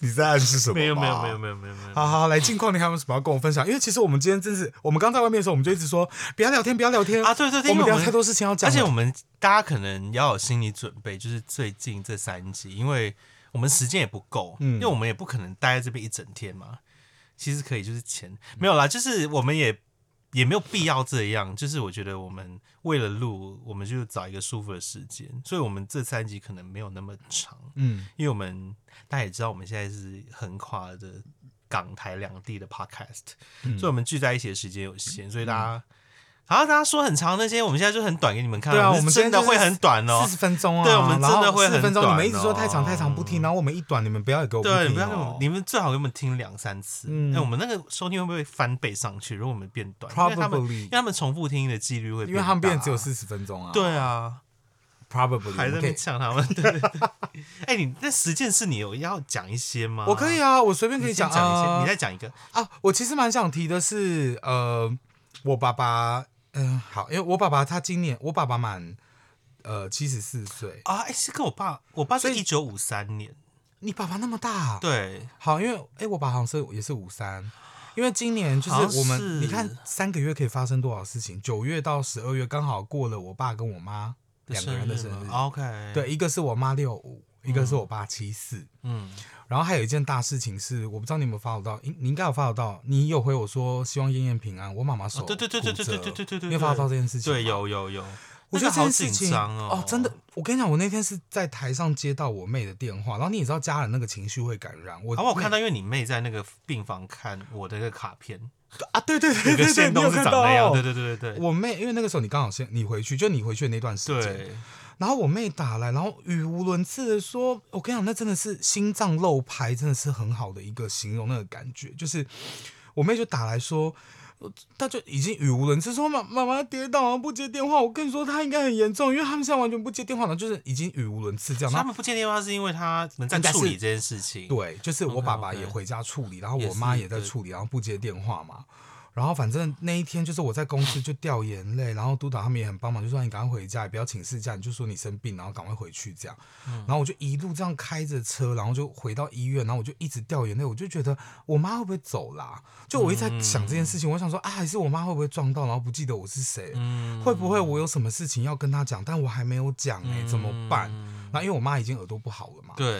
Speaker 4: 你在暗示什么？
Speaker 1: 没有没有没有。没有没有没有，
Speaker 4: 好好，来近况，你还有没有什么要跟我分享？因为其实我们今天真是，我们刚在外面的时候，我们就一直说不要聊天，不要聊天
Speaker 1: 啊对对对
Speaker 4: 我
Speaker 1: 因
Speaker 4: 们
Speaker 1: 为
Speaker 4: 聊
Speaker 1: 我们
Speaker 4: 太多事情要讲
Speaker 1: 而
Speaker 4: 了，
Speaker 1: 且我们大家可能要有心理准备，就是最近这三集，因为我们时间也不够，因为我们也不可能待在这边一整天嘛。其实可以，就是钱没有啦，就是我们也也没有必要这样。就是我觉得我们为了录，我们就找一个舒服的时间，所以我们这三集可能没有那么长。
Speaker 4: 嗯，
Speaker 1: 因为我们大家也知道，我们现在是横跨的港台两地的 podcast，、所以
Speaker 4: 嗯
Speaker 1: 我们聚在一起的时间有限，所以大家，好像大家说很长那些，我们现在就很短给你们看，
Speaker 4: 对啊，
Speaker 1: 我
Speaker 4: 我们
Speaker 1: 真的会很短哦
Speaker 4: 四十。分钟啊，
Speaker 1: 对我们真的会很
Speaker 4: 四十分钟，
Speaker 1: 短哦
Speaker 4: 你们一直说太长太长不听，然后我们一短，你们不要也给我
Speaker 1: 对，你
Speaker 4: 听
Speaker 1: 不要给我
Speaker 4: 哦
Speaker 1: 们，你们最好给我们听两三次。哎、
Speaker 4: 嗯
Speaker 1: 我们那个收听会不会翻倍上去？如果我们变短因为他们，
Speaker 4: probably，
Speaker 1: 因为他们重复听的几率会
Speaker 4: 因为他们变
Speaker 1: 变
Speaker 4: 得只有
Speaker 1: 大
Speaker 4: 四十分钟啊，
Speaker 1: 对啊，
Speaker 4: ，probably，
Speaker 1: 还在那
Speaker 4: 我可以
Speaker 1: 边呛他们。对对对。哎、你那十件事，你有要讲一些吗？
Speaker 4: 我可以啊，我随便可以
Speaker 1: 你先
Speaker 4: 讲
Speaker 1: 讲一
Speaker 4: 啊
Speaker 1: 些，你再讲一个。
Speaker 4: 啊，我其实蛮想提的是，呃，我爸爸，嗯、好，因为我爸爸他今年，我爸爸满呃七十四岁，
Speaker 1: 啊，哎、是跟我爸，我爸
Speaker 4: 所
Speaker 1: 是
Speaker 4: 以
Speaker 1: 一九五三年，
Speaker 4: 你爸爸那么大，，啊
Speaker 1: 对，
Speaker 4: 好，因为哎、我爸爸好像是也是五三，因为今年就
Speaker 1: 好像
Speaker 4: 是我们，
Speaker 1: 哦是
Speaker 4: 你看三个月可以发生多少事情？九月到十二月刚好过了我爸跟我妈两个人的生
Speaker 1: 吗
Speaker 4: 日，
Speaker 1: OK，，
Speaker 4: 对，一个是我妈六五，一个是我爸七四、
Speaker 1: 嗯，
Speaker 4: 然后还有一件大事情是，我不知道你有没有 follow 到，你你应该有 follow 到，你有回我说希望燕燕平安，我妈妈手
Speaker 1: 哦对对对对对对对对对对对
Speaker 4: 你有 follow 到这件事情？
Speaker 1: 对，，有有有，
Speaker 4: 我觉
Speaker 1: 那
Speaker 4: 得
Speaker 1: 个
Speaker 4: 这
Speaker 1: 好
Speaker 4: 件事
Speaker 1: 紧
Speaker 4: 情
Speaker 1: 张哦，
Speaker 4: 真的，，我跟你讲，我那天是在台上接到我妹的电话，然后你也知道家人那个情绪会感染，我
Speaker 1: 然后哦我看
Speaker 4: 到
Speaker 1: 到，因为你妹在那个病房看我的那个卡片，
Speaker 4: 啊，对对 对
Speaker 1: 有个
Speaker 4: 对对，
Speaker 1: 线
Speaker 4: 你
Speaker 1: 都
Speaker 4: 有
Speaker 1: 是
Speaker 4: 看
Speaker 1: 长
Speaker 4: 到哦
Speaker 1: 那样，对对对对对
Speaker 4: 我妹，因为那个时候你刚好先你回去，就你回去的那段时间，
Speaker 1: 对，
Speaker 4: 然后我妹打来，然后语无伦次的说：“我跟你讲，那真的是心脏漏拍，真的是很好的一个形容那个感觉。”就是我妹就打来说：“他就已经语无伦次，说妈妈妈跌倒了不接电话。我跟你说，他应该很严重，因为他们现在完全不接电话了，就是已经语无伦次这样。
Speaker 1: 他
Speaker 4: 然后
Speaker 1: 们不接电话是因为他们在
Speaker 4: 应该是
Speaker 1: 处理这件事情。，
Speaker 4: 对，就是我
Speaker 1: OK，
Speaker 4: 爸爸
Speaker 1: OK
Speaker 4: 也回家处理，然后
Speaker 1: 也
Speaker 4: 我妈
Speaker 1: 是
Speaker 4: 也在
Speaker 1: 对
Speaker 4: 处理，然后不接电话嘛。然后反正那一天就是我在公司就掉眼泪，然后督导他们也很帮忙，就说你赶快回家，也不要请事假，你就说你生病，然后赶快回去这样。
Speaker 1: 嗯
Speaker 4: 然后我就一路这样开着车，然后就回到医院，然后我就一直掉眼泪，我就觉得我妈会不会走啦？就我一直在
Speaker 1: 嗯
Speaker 4: 想这件事情，我想说啊，还是我妈会不会撞到，然后不记得我是谁？
Speaker 1: 嗯，
Speaker 4: 会不会我有什么事情要跟她讲，但我还没有讲哎、怎么办？
Speaker 1: 嗯
Speaker 4: 那因为我妈已经耳朵不好了嘛，
Speaker 1: 对，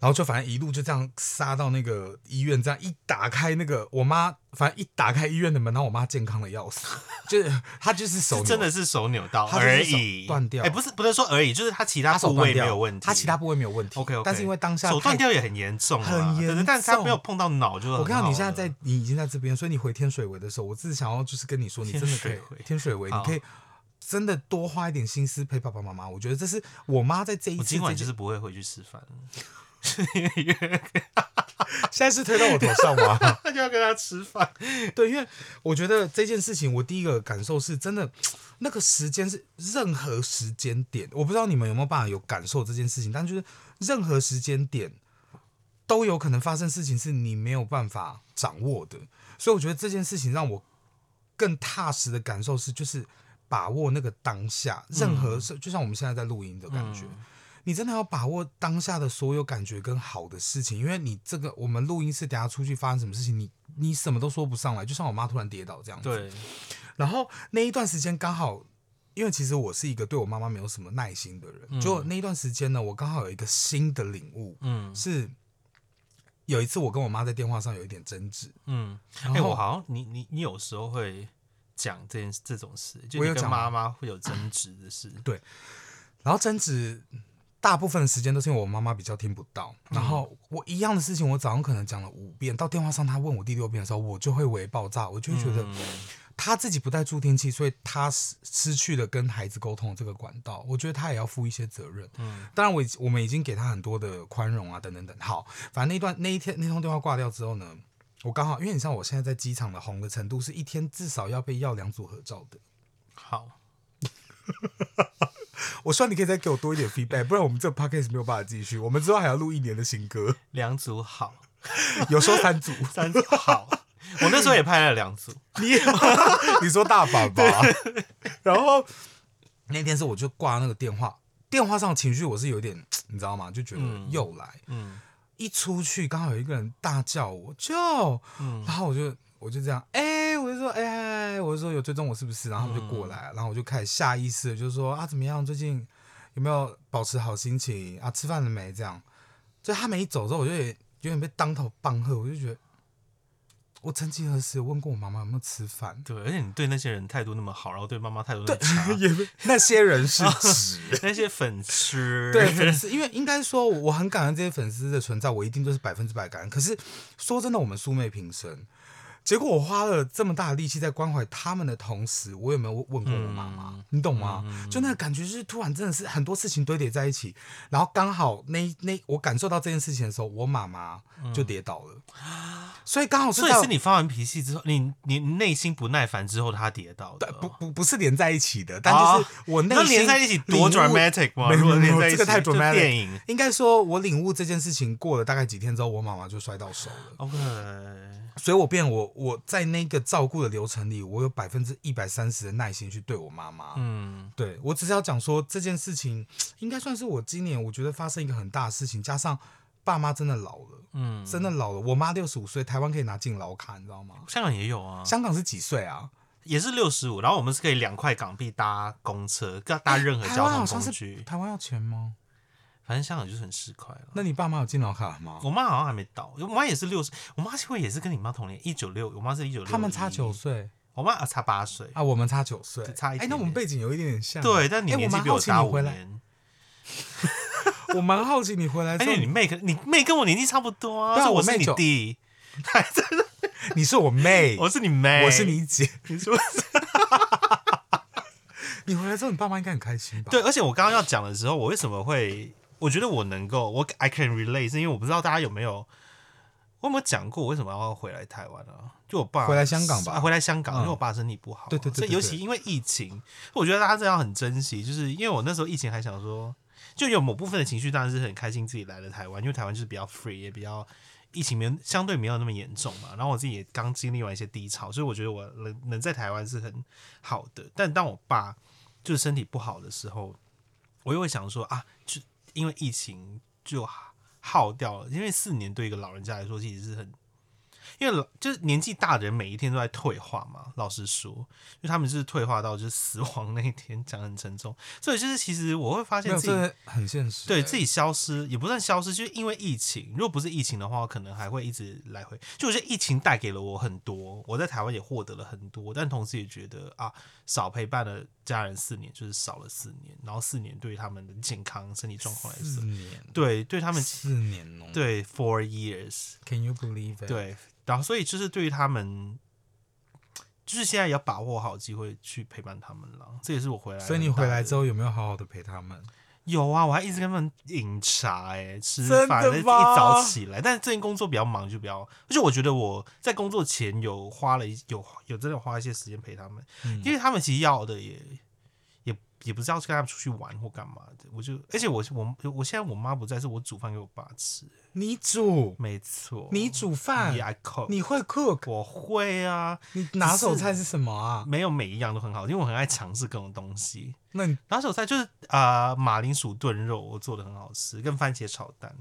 Speaker 4: 然后就反正一路就这样杀到那个医院，这样一打开那个我妈，反正一打开医院的门，然后我妈健康的要死， 就是她就是手
Speaker 1: 是
Speaker 4: 扭
Speaker 1: 真的是手扭到
Speaker 4: 他就是
Speaker 1: 而
Speaker 4: 手
Speaker 1: 已，
Speaker 4: 断掉
Speaker 1: 哎，不是不能说而已，就是他其
Speaker 4: 她
Speaker 1: 他
Speaker 4: 手
Speaker 1: 部
Speaker 4: 断
Speaker 1: 位
Speaker 4: 掉
Speaker 1: 没有问题，
Speaker 4: 她其他部位没有问题，
Speaker 1: OK OK，
Speaker 4: 但是因为当下
Speaker 1: 手断
Speaker 4: 太
Speaker 1: 掉也很严重啊，
Speaker 4: 很严
Speaker 1: 对对但是他
Speaker 4: 重
Speaker 1: 没有碰到脑就很好了。
Speaker 4: 我看到你现在在，你已经在这边，所以你回天水围的时候，我只是想要就是跟你说，你真的可以
Speaker 1: 天水围
Speaker 4: 天水围，你
Speaker 1: 好
Speaker 4: 可以真的多花一点心思陪爸爸妈妈。我觉得这是我妈在这一
Speaker 1: 我
Speaker 4: 次
Speaker 1: 今
Speaker 4: 这
Speaker 1: 晚就
Speaker 4: 件，
Speaker 1: 是不会回去吃饭了，
Speaker 4: 现在是推到我头上吗？
Speaker 1: 他就要跟他吃饭。
Speaker 4: 对，因为我觉得这件事情，我第一个感受是真的，那个时间是任何时间点，我不知道你们有没有办法有感受这件事情，但就是任何时间点都有可能发生事情，是你没有办法掌握的。所以我觉得这件事情让我更踏实的感受是，就是把握那个当下，任何事，就像我们现在在录音的感觉。你真的要把握当下的所有感觉跟好的事情，因为你这个我们录音室等下出去发生什么事情，你你什么都说不上来。就像我妈突然跌倒这样子，。
Speaker 1: 对，
Speaker 4: 然后那一段时间刚好，因为其实我是一个对我妈妈没有什么耐心的人，就那一段时间呢，我刚好有一个新的领悟，
Speaker 1: 嗯
Speaker 4: 是有一次我跟我妈在电话上有一点争执，
Speaker 1: 嗯。
Speaker 4: 然
Speaker 1: 哎、
Speaker 4: 后
Speaker 1: 我好像你你你有时候会讲这件这种事，就
Speaker 4: 我
Speaker 1: 你
Speaker 4: 有
Speaker 1: 跟
Speaker 4: 讲啊
Speaker 1: 妈妈
Speaker 4: 吗
Speaker 1: 会有争执的 事。
Speaker 4: 然后争执大部分的时间都是因为我妈妈比较听不到，然后我一样的事情，我早上可能讲了五遍，到电话上她问我第六遍的时候，我就会为爆炸，我就会觉得她自己不带助听器，所以她失失去了跟孩子沟通的这个管道，我觉得她也要负一些责任。嗯，当然我已我们已经给她很多的宽容啊，等等等。好，反正那一段那一天那通电话挂掉之后呢。我刚好，因为你像我现在在机场的红的程度，是一天至少要被要两组合照的。
Speaker 1: 好，
Speaker 4: 我希望你可以再给我多一点 feedback，不然我们这个 podcast 没有办法继续。我们之后还要录一年的新歌，
Speaker 1: 两组好，
Speaker 4: 有时候三组。
Speaker 1: 三组好。 我那时候也拍了 两组，
Speaker 4: 你你说大把吧？然后那天是我就挂那个电话，电话上的情绪我是有点，你知道吗？就觉得
Speaker 1: 嗯
Speaker 4: 又来，
Speaker 1: 嗯
Speaker 4: 一出去刚好有一个人大叫我就，
Speaker 1: 嗯
Speaker 4: 然后我就我就这样，哎、我就说，哎、我就说有追踪我是不 是？然
Speaker 1: 嗯
Speaker 4: 后他们就过来，然后我就开始下意识的就说啊，怎么样？最近有没有保持好心情啊？吃饭了没？这样，就他们一走之后，我就有点有点被当头棒喝，我就觉得，我曾几何时有问过我妈妈有没有吃饭？
Speaker 1: 嗯对，而且你对那些人态度那么好，然后对妈妈态度那么
Speaker 4: 对，
Speaker 1: 差，
Speaker 4: 也啊没那些人是指。
Speaker 1: 那些粉丝，
Speaker 4: 对粉丝，因为应该说，我很感恩这些粉丝的存在，我一定就是百分之百感恩。可是说真的，我们素昧平生，结果我花了这么大的力气在关怀他们的同时，我有没有问过我妈妈？
Speaker 1: 嗯
Speaker 4: 你懂吗？就那个感觉，就是突然真的是很多事情堆叠在一起，然后刚好那那我感受到这件事情的时候，我妈妈就跌倒了，所以刚好
Speaker 1: 嗯
Speaker 4: 是
Speaker 1: 所以
Speaker 4: 在
Speaker 1: 是你发完脾气之后，你你内心不耐烦之后，他跌倒的
Speaker 4: 对
Speaker 1: 哦。
Speaker 4: 不不不是连在一起的，但就是我内
Speaker 1: 啊那
Speaker 4: 心
Speaker 1: 连在一起多
Speaker 4: 领悟
Speaker 1: dramatic 吗？
Speaker 4: 没有
Speaker 1: 如果
Speaker 4: 没
Speaker 1: 连
Speaker 4: 有
Speaker 1: 在一起，
Speaker 4: 这个太
Speaker 1: 就
Speaker 4: dramatic
Speaker 1: 电影。
Speaker 4: 应该说，我领悟这件事情过了大概几天之后，我妈妈就摔到手了，
Speaker 1: OK，
Speaker 4: 所以我变我我在那个照顾的流程里，我有百分之一百三十的耐心去对我妈妈。
Speaker 1: 嗯
Speaker 4: 对我只是要讲说这件事情，应该算是我今年我觉得发生一个很大的事情，加上爸妈真的老了，
Speaker 1: 嗯，
Speaker 4: 真的老了。我妈六十五岁，台湾可以拿敬老卡，你知道吗？
Speaker 1: 香港也有啊，
Speaker 4: 香港是几岁啊？
Speaker 1: 也是六十五，然后我们是可以两块港币搭公车，搭搭任何
Speaker 4: 台
Speaker 1: 交
Speaker 4: 湾好
Speaker 1: 通
Speaker 4: 像
Speaker 1: 工
Speaker 4: 是
Speaker 1: 具，
Speaker 4: 台湾要钱吗？
Speaker 1: 反正香港就是很市侩了。
Speaker 4: 那你爸妈有敬老卡吗？
Speaker 1: 我妈好像还没到，我妈也是六十，我妈会也是跟你妈同年，一九六，我妈是一九六，
Speaker 4: 他们差九，岁。
Speaker 1: 我妈啊差八岁，
Speaker 4: 啊，我们差九岁，
Speaker 1: 只差一
Speaker 4: 哎、那我们
Speaker 1: 点点
Speaker 4: 背景有一点点像。
Speaker 1: 对，但你
Speaker 4: 哎
Speaker 1: 年纪比
Speaker 4: 我蛮好奇
Speaker 1: 大
Speaker 4: 你
Speaker 1: 五
Speaker 4: 回来，
Speaker 1: 年，
Speaker 4: 我哎蛮好奇你回来
Speaker 1: 而
Speaker 4: 之后
Speaker 1: 且，你妹跟你妹跟我年纪差不多啊，
Speaker 4: 对啊
Speaker 1: 所以
Speaker 4: 我
Speaker 1: 我是
Speaker 4: 妹
Speaker 1: 你
Speaker 4: 九
Speaker 1: 弟，
Speaker 4: 你是我妹，
Speaker 1: 我是你妹，
Speaker 4: 我是，你姐。
Speaker 1: 你说
Speaker 4: 你回来之后，你爸妈应该很开心吧？
Speaker 1: 对，，而且我刚刚要讲的时候，我为什么会，我觉得我能够，我 I can relate，是因为我不知道大家有没有，我有没有讲过我为什么要回来台湾啊？就我爸
Speaker 2: 回来香港吧
Speaker 1: 啊回来香港，
Speaker 2: 嗯
Speaker 1: 因为我爸身体不好啊、
Speaker 2: 对对对
Speaker 1: 所以
Speaker 2: 对
Speaker 1: 尤
Speaker 2: 对
Speaker 1: 其因为疫情，我觉得大家真的要很珍惜，就是因为我那时候疫情还想说，就有某部分的情绪当然是很开心自己来了台湾，因为台湾就是比较 free，也比较疫情没有相对没有那么严重嘛。
Speaker 2: 嗯
Speaker 1: 然后我自己也刚经历完一些低潮，所以我觉得我能能在台湾是很好的。但当我爸就是身体不好的时候，我又会想说啊，就因为疫情就耗掉了，因为四年对一个老人家来说其实是很。因为老就是年纪大的人，每一天都在退化嘛。老实说，因为他们是退化到就是死亡那一天，讲得很沉重。所以就是其实我会发
Speaker 2: 没
Speaker 1: 现
Speaker 2: 有，
Speaker 1: 自己
Speaker 2: 真的很现实。
Speaker 1: 哎对自己消失也不算消失，就是因为疫情。如果不是疫情的话，我可能还会一直来回。就我觉得疫情带给了我很多，我在台湾也获得了很多，但同时也觉得啊，少陪伴了家人四年，就是少了四年，然后四年对他们的健康、身体状况来
Speaker 2: 四
Speaker 1: 说，
Speaker 2: 年，
Speaker 1: 对对他们
Speaker 2: 四年哦。
Speaker 1: 对 four years，
Speaker 2: ，Can you believe it？，
Speaker 1: 对，然后所以就是对于他们，就是现在也要把握好机会去陪伴他们了。这也是我回来，
Speaker 2: 所以你回来之
Speaker 1: 后
Speaker 2: 后有没有好好的陪他们？
Speaker 1: 有啊，我还一直跟他们饮茶、欸，哎，吃
Speaker 2: 真的
Speaker 1: 饭，一
Speaker 2: 吗
Speaker 1: 早起来。但是最近工作比较忙，就比较，而且我觉得我在工作前有花了一有有真的花一些时间陪他们，
Speaker 2: 嗯
Speaker 1: 因为他们其实要的也也也不是要跟他们出去玩或干嘛的。我就，而且我我我现在我妈不在，是我煮饭给我爸吃，
Speaker 2: 你煮，
Speaker 1: 没错，
Speaker 2: 你煮饭，
Speaker 1: Yeah, I cook，
Speaker 2: 你会 cook？
Speaker 1: 我会啊，
Speaker 2: 你拿手菜是什么啊？
Speaker 1: 没有每一样都很好，因为我很爱尝试各种东西。
Speaker 2: 那你
Speaker 1: 拿手菜就是呃马铃薯炖肉，我做的很好吃，跟番茄炒蛋，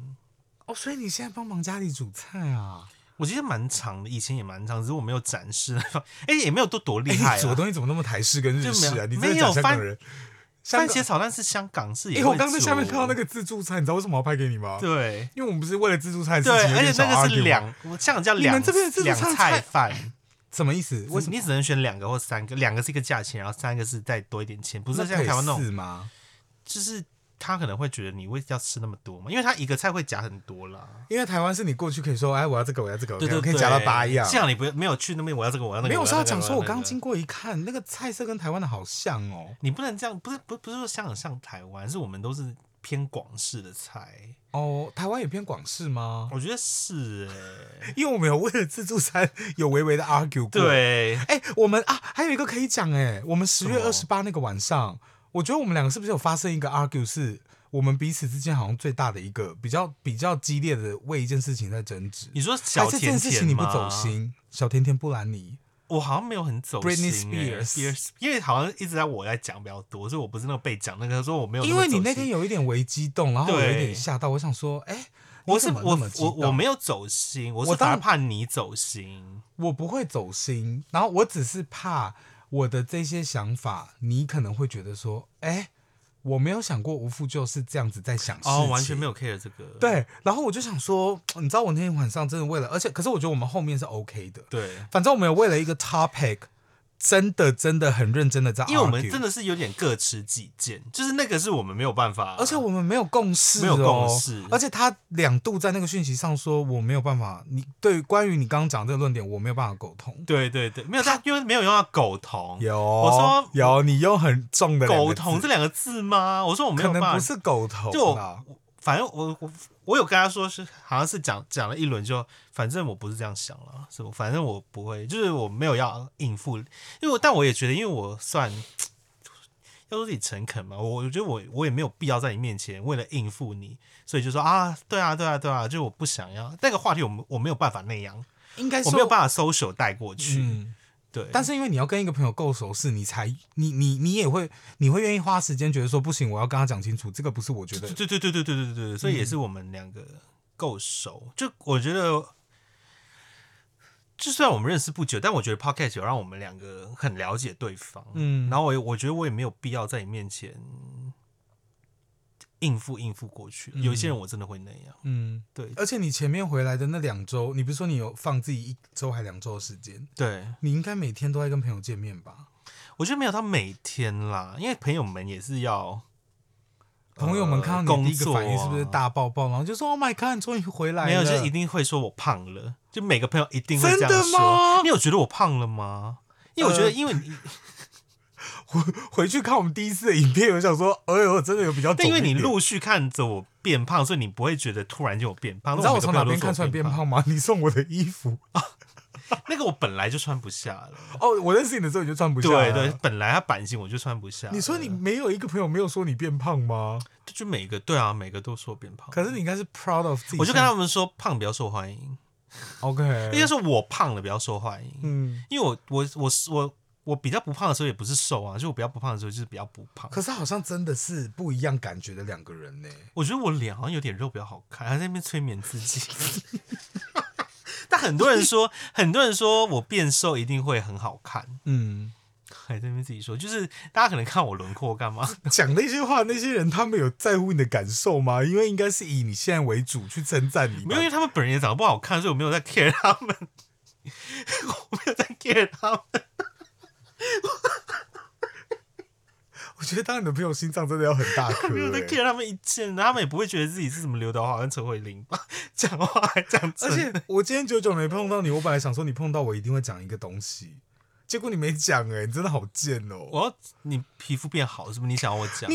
Speaker 2: 哦，所以你现在帮忙家里煮菜啊？
Speaker 1: 我其实蛮长的，以前也蛮长，只是我没有展示那方， 哎、也没有多多厉
Speaker 2: 哎，
Speaker 1: 害、
Speaker 2: 你煮的
Speaker 1: 啊。
Speaker 2: 东西怎么那么台式跟日式
Speaker 1: 就没
Speaker 2: 啊？
Speaker 1: 有
Speaker 2: 你真的讲香港人？香
Speaker 1: 番
Speaker 2: 港
Speaker 1: 茄炒蛋是香港式也
Speaker 2: 哎，
Speaker 1: 会
Speaker 2: 我刚刚在下面
Speaker 1: 煮
Speaker 2: 看到那个自助餐，你知道为什么我要拍给你吗？，
Speaker 1: 对
Speaker 2: 因为我们不是为了自助菜的事
Speaker 1: 对
Speaker 2: 情，有，
Speaker 1: 而
Speaker 2: 点
Speaker 1: 且那
Speaker 2: 小
Speaker 1: 个是
Speaker 2: argument
Speaker 1: 两，我香港叫
Speaker 2: 你
Speaker 1: 两
Speaker 2: 们这边的自助
Speaker 1: 两
Speaker 2: 餐
Speaker 1: 菜
Speaker 2: 菜
Speaker 1: 饭，
Speaker 2: 什么意思？为什么
Speaker 1: 你只能选两个或三个，两个是一个价钱，然后三个是再多一点钱，不是像台湾那种
Speaker 2: 可以试吗？
Speaker 1: 就是他可能会觉得你为要吃那么多嘛，因为他一个菜会夹很多啦。
Speaker 2: 因为台湾是你过去可以说，哎，我要这个，我要这个，我
Speaker 1: 对
Speaker 2: 要
Speaker 1: 对
Speaker 2: 可
Speaker 1: 对，
Speaker 2: 以夹到八样。
Speaker 1: 这样你不没有去那边，我要这个，我要那个。
Speaker 2: 没有，我是
Speaker 1: 要
Speaker 2: 要
Speaker 1: 那个
Speaker 2: 讲说，我刚。
Speaker 1: 要那
Speaker 2: 经
Speaker 1: 个
Speaker 2: 过一看，那个菜色跟台湾的好像哦。
Speaker 1: 你不能这样，不是不不是说香港像台湾，是我们都是偏广式的菜，
Speaker 2: 哦，台湾也偏广式吗？
Speaker 1: 我觉得 是哎、
Speaker 2: 因为我们有为了自助餐有微微的 argue 过。，
Speaker 1: 对，
Speaker 2: 哎、我们啊，还有一个可以讲哎、我们十月二
Speaker 1: 什
Speaker 2: 十八那个晚上，我觉得我们两个是不是有发生一个 argue，是我们彼此之间好像最大的一个比较比较激烈的为一件事情在争执。
Speaker 1: 你说
Speaker 2: 还
Speaker 1: 小
Speaker 2: 是这
Speaker 1: 甜
Speaker 2: 件事
Speaker 1: 甜
Speaker 2: 情你不
Speaker 1: 吗
Speaker 2: 走，心，小甜甜布兰妮，
Speaker 1: 我好像没有很走心、
Speaker 2: Britney
Speaker 1: 哎
Speaker 2: Spears
Speaker 1: Spears，因为好像一直在我在讲比较多，所以我不是那个被哦讲那个，说我没有么
Speaker 2: 因
Speaker 1: 走
Speaker 2: 为
Speaker 1: 心。
Speaker 2: 你那天有一点微激动，然后我有一
Speaker 1: 对
Speaker 2: 点吓到，我想说，哎、
Speaker 1: 我
Speaker 2: 你
Speaker 1: 是
Speaker 2: 怎么
Speaker 1: 我
Speaker 2: 那么激
Speaker 1: 我我
Speaker 2: 动
Speaker 1: 没有走心，我
Speaker 2: 我
Speaker 1: 是
Speaker 2: 当
Speaker 1: 反而怕你走心。
Speaker 2: 我不会走心，然后我只是怕我的这些想法，你可能会觉得说，哎、我没有想过无父就是这样子在想事情，
Speaker 1: 哦，完全没有 care 这个。
Speaker 2: 对。然后我就想说，嗯你知道我那天晚上真的为了，而且可是我觉得我们后面是 OK 的，
Speaker 1: 对，
Speaker 2: 反正我们有为了一个 topic，真的真的很认真的在 argue，
Speaker 1: 因为我们真的是有点各持己见，就是那个是我们没有办法，
Speaker 2: 而且我们没有共识、哦，
Speaker 1: 没有共识
Speaker 2: 而且他两度在那个讯息上说我没有办法，你对于关于你刚刚讲这个论点，我没有办法沟通。
Speaker 1: 对对对，没有他，因为没有用到狗同，
Speaker 2: 有，
Speaker 1: 我说
Speaker 2: 有，你用很重的两个
Speaker 1: 狗同
Speaker 2: 字
Speaker 1: 这两个字吗？我说我没有
Speaker 2: 可
Speaker 1: 办
Speaker 2: 能
Speaker 1: 法，
Speaker 2: 不是啊狗头
Speaker 1: 就
Speaker 2: 啦，
Speaker 1: 我啊反正我我我有跟他说是好像是讲讲了一轮就，反正我不是这样想了，是我反正我不会，就是我没有要应付，因为我但我也觉得，因为我算要说自己诚恳嘛，我我觉得我我也没有必要在你面前为了应付你，所以就说啊，对啊对啊对啊，就我不想要那个话题，我没我没有办法那样，
Speaker 2: 应该
Speaker 1: 我
Speaker 2: 说
Speaker 1: 没有办法 social 带过去，
Speaker 2: 嗯，
Speaker 1: 对，
Speaker 2: 但是因为你要跟一个朋友够熟识，你才你你你也会你会愿意花时间，觉得说不行，我要跟他讲清楚，这个不是嗯我觉得
Speaker 1: 对对对对对对对对，所以也是我们两个够熟。就我觉得，就虽然我们认识不久，但我觉得 podcast 有让我们两个很了解对方。
Speaker 2: 嗯
Speaker 1: 嗯，然后我也我觉得我也没有必要在你面前应付应付过去。有一些人我真的会那样。
Speaker 2: 嗯。
Speaker 1: 对
Speaker 2: 而且你前面回来的那两周，你不是说你有放自己一周还两周的时间？
Speaker 1: 对，
Speaker 2: 你应该每天都在跟朋友见面吧？
Speaker 1: 我觉得没有到每天啦，因为朋友们也是要呃
Speaker 2: 朋友们看到
Speaker 1: 工
Speaker 2: 你第一个
Speaker 1: 作
Speaker 2: 反应是不是
Speaker 1: 啊
Speaker 2: 大抱抱，然后就说 “Oh my god，你终于回来了”？
Speaker 1: 没有，就一定会说我胖了，就每个朋友一定会
Speaker 2: 真
Speaker 1: 这
Speaker 2: 的
Speaker 1: 样说
Speaker 2: 吗。
Speaker 1: 你有觉得我胖了吗？因为我觉得，
Speaker 2: 呃
Speaker 1: 因为你
Speaker 2: 回去看我们第一次的影片，我想说，哎呦，真的有比 较。
Speaker 1: 但因为你，陆续看着我变胖，所以你不会觉得突然间我变胖。
Speaker 2: 你知道我从哪边
Speaker 1: 边
Speaker 2: 看出来变
Speaker 1: 胖？
Speaker 2: 胖吗？你送我的衣服
Speaker 1: 那个我本来就穿不下了。
Speaker 2: 哦，我认识你的时候你就穿不下。
Speaker 1: 对对，，本来它版型我就穿不下。
Speaker 2: 你说你没有一个朋友没有说你变胖吗？
Speaker 1: 就每个对啊，每个都说变胖。
Speaker 2: 可是你应该是 proud of 自己。
Speaker 1: 我就跟他们说，胖比较受欢迎，
Speaker 2: OK，
Speaker 1: 应该说我胖了比较受欢迎。
Speaker 2: 嗯，
Speaker 1: 因为我我我我我比较不胖的时候也不是瘦啊，就我比较不胖的时候就是比较不胖。
Speaker 2: 可是好像真的是不一样感觉的两个人呢、
Speaker 1: 我觉得我脸好像有点肉比较好看，还在那边催眠自 己。但很多人说，很多人说我变瘦一定会很好看，
Speaker 2: 嗯，
Speaker 1: 还在那边自己说，就是大家可能看我轮廓干嘛？
Speaker 2: 讲那些话，那些人他们有在乎你的感受吗？因为应该是以你现在为主去称赞你吧。
Speaker 1: 没有，因为他们本人也长得不好看，所以我没有在 care 他们， 我没有在 care 他们。
Speaker 2: 我觉得当你的朋友心脏真的要很大颗、
Speaker 1: 没有在
Speaker 2: 欸。
Speaker 1: care 他们一件，他们也不会觉得自己是什么刘德华跟陈慧琳吧？讲话还这样子，
Speaker 2: 而且我今天久久没碰到你，我本来想说你碰到我一定会讲一个东西，结果你没讲哎、你真的好贱哦、
Speaker 1: 我要你皮肤变好，是不是？你想要我讲？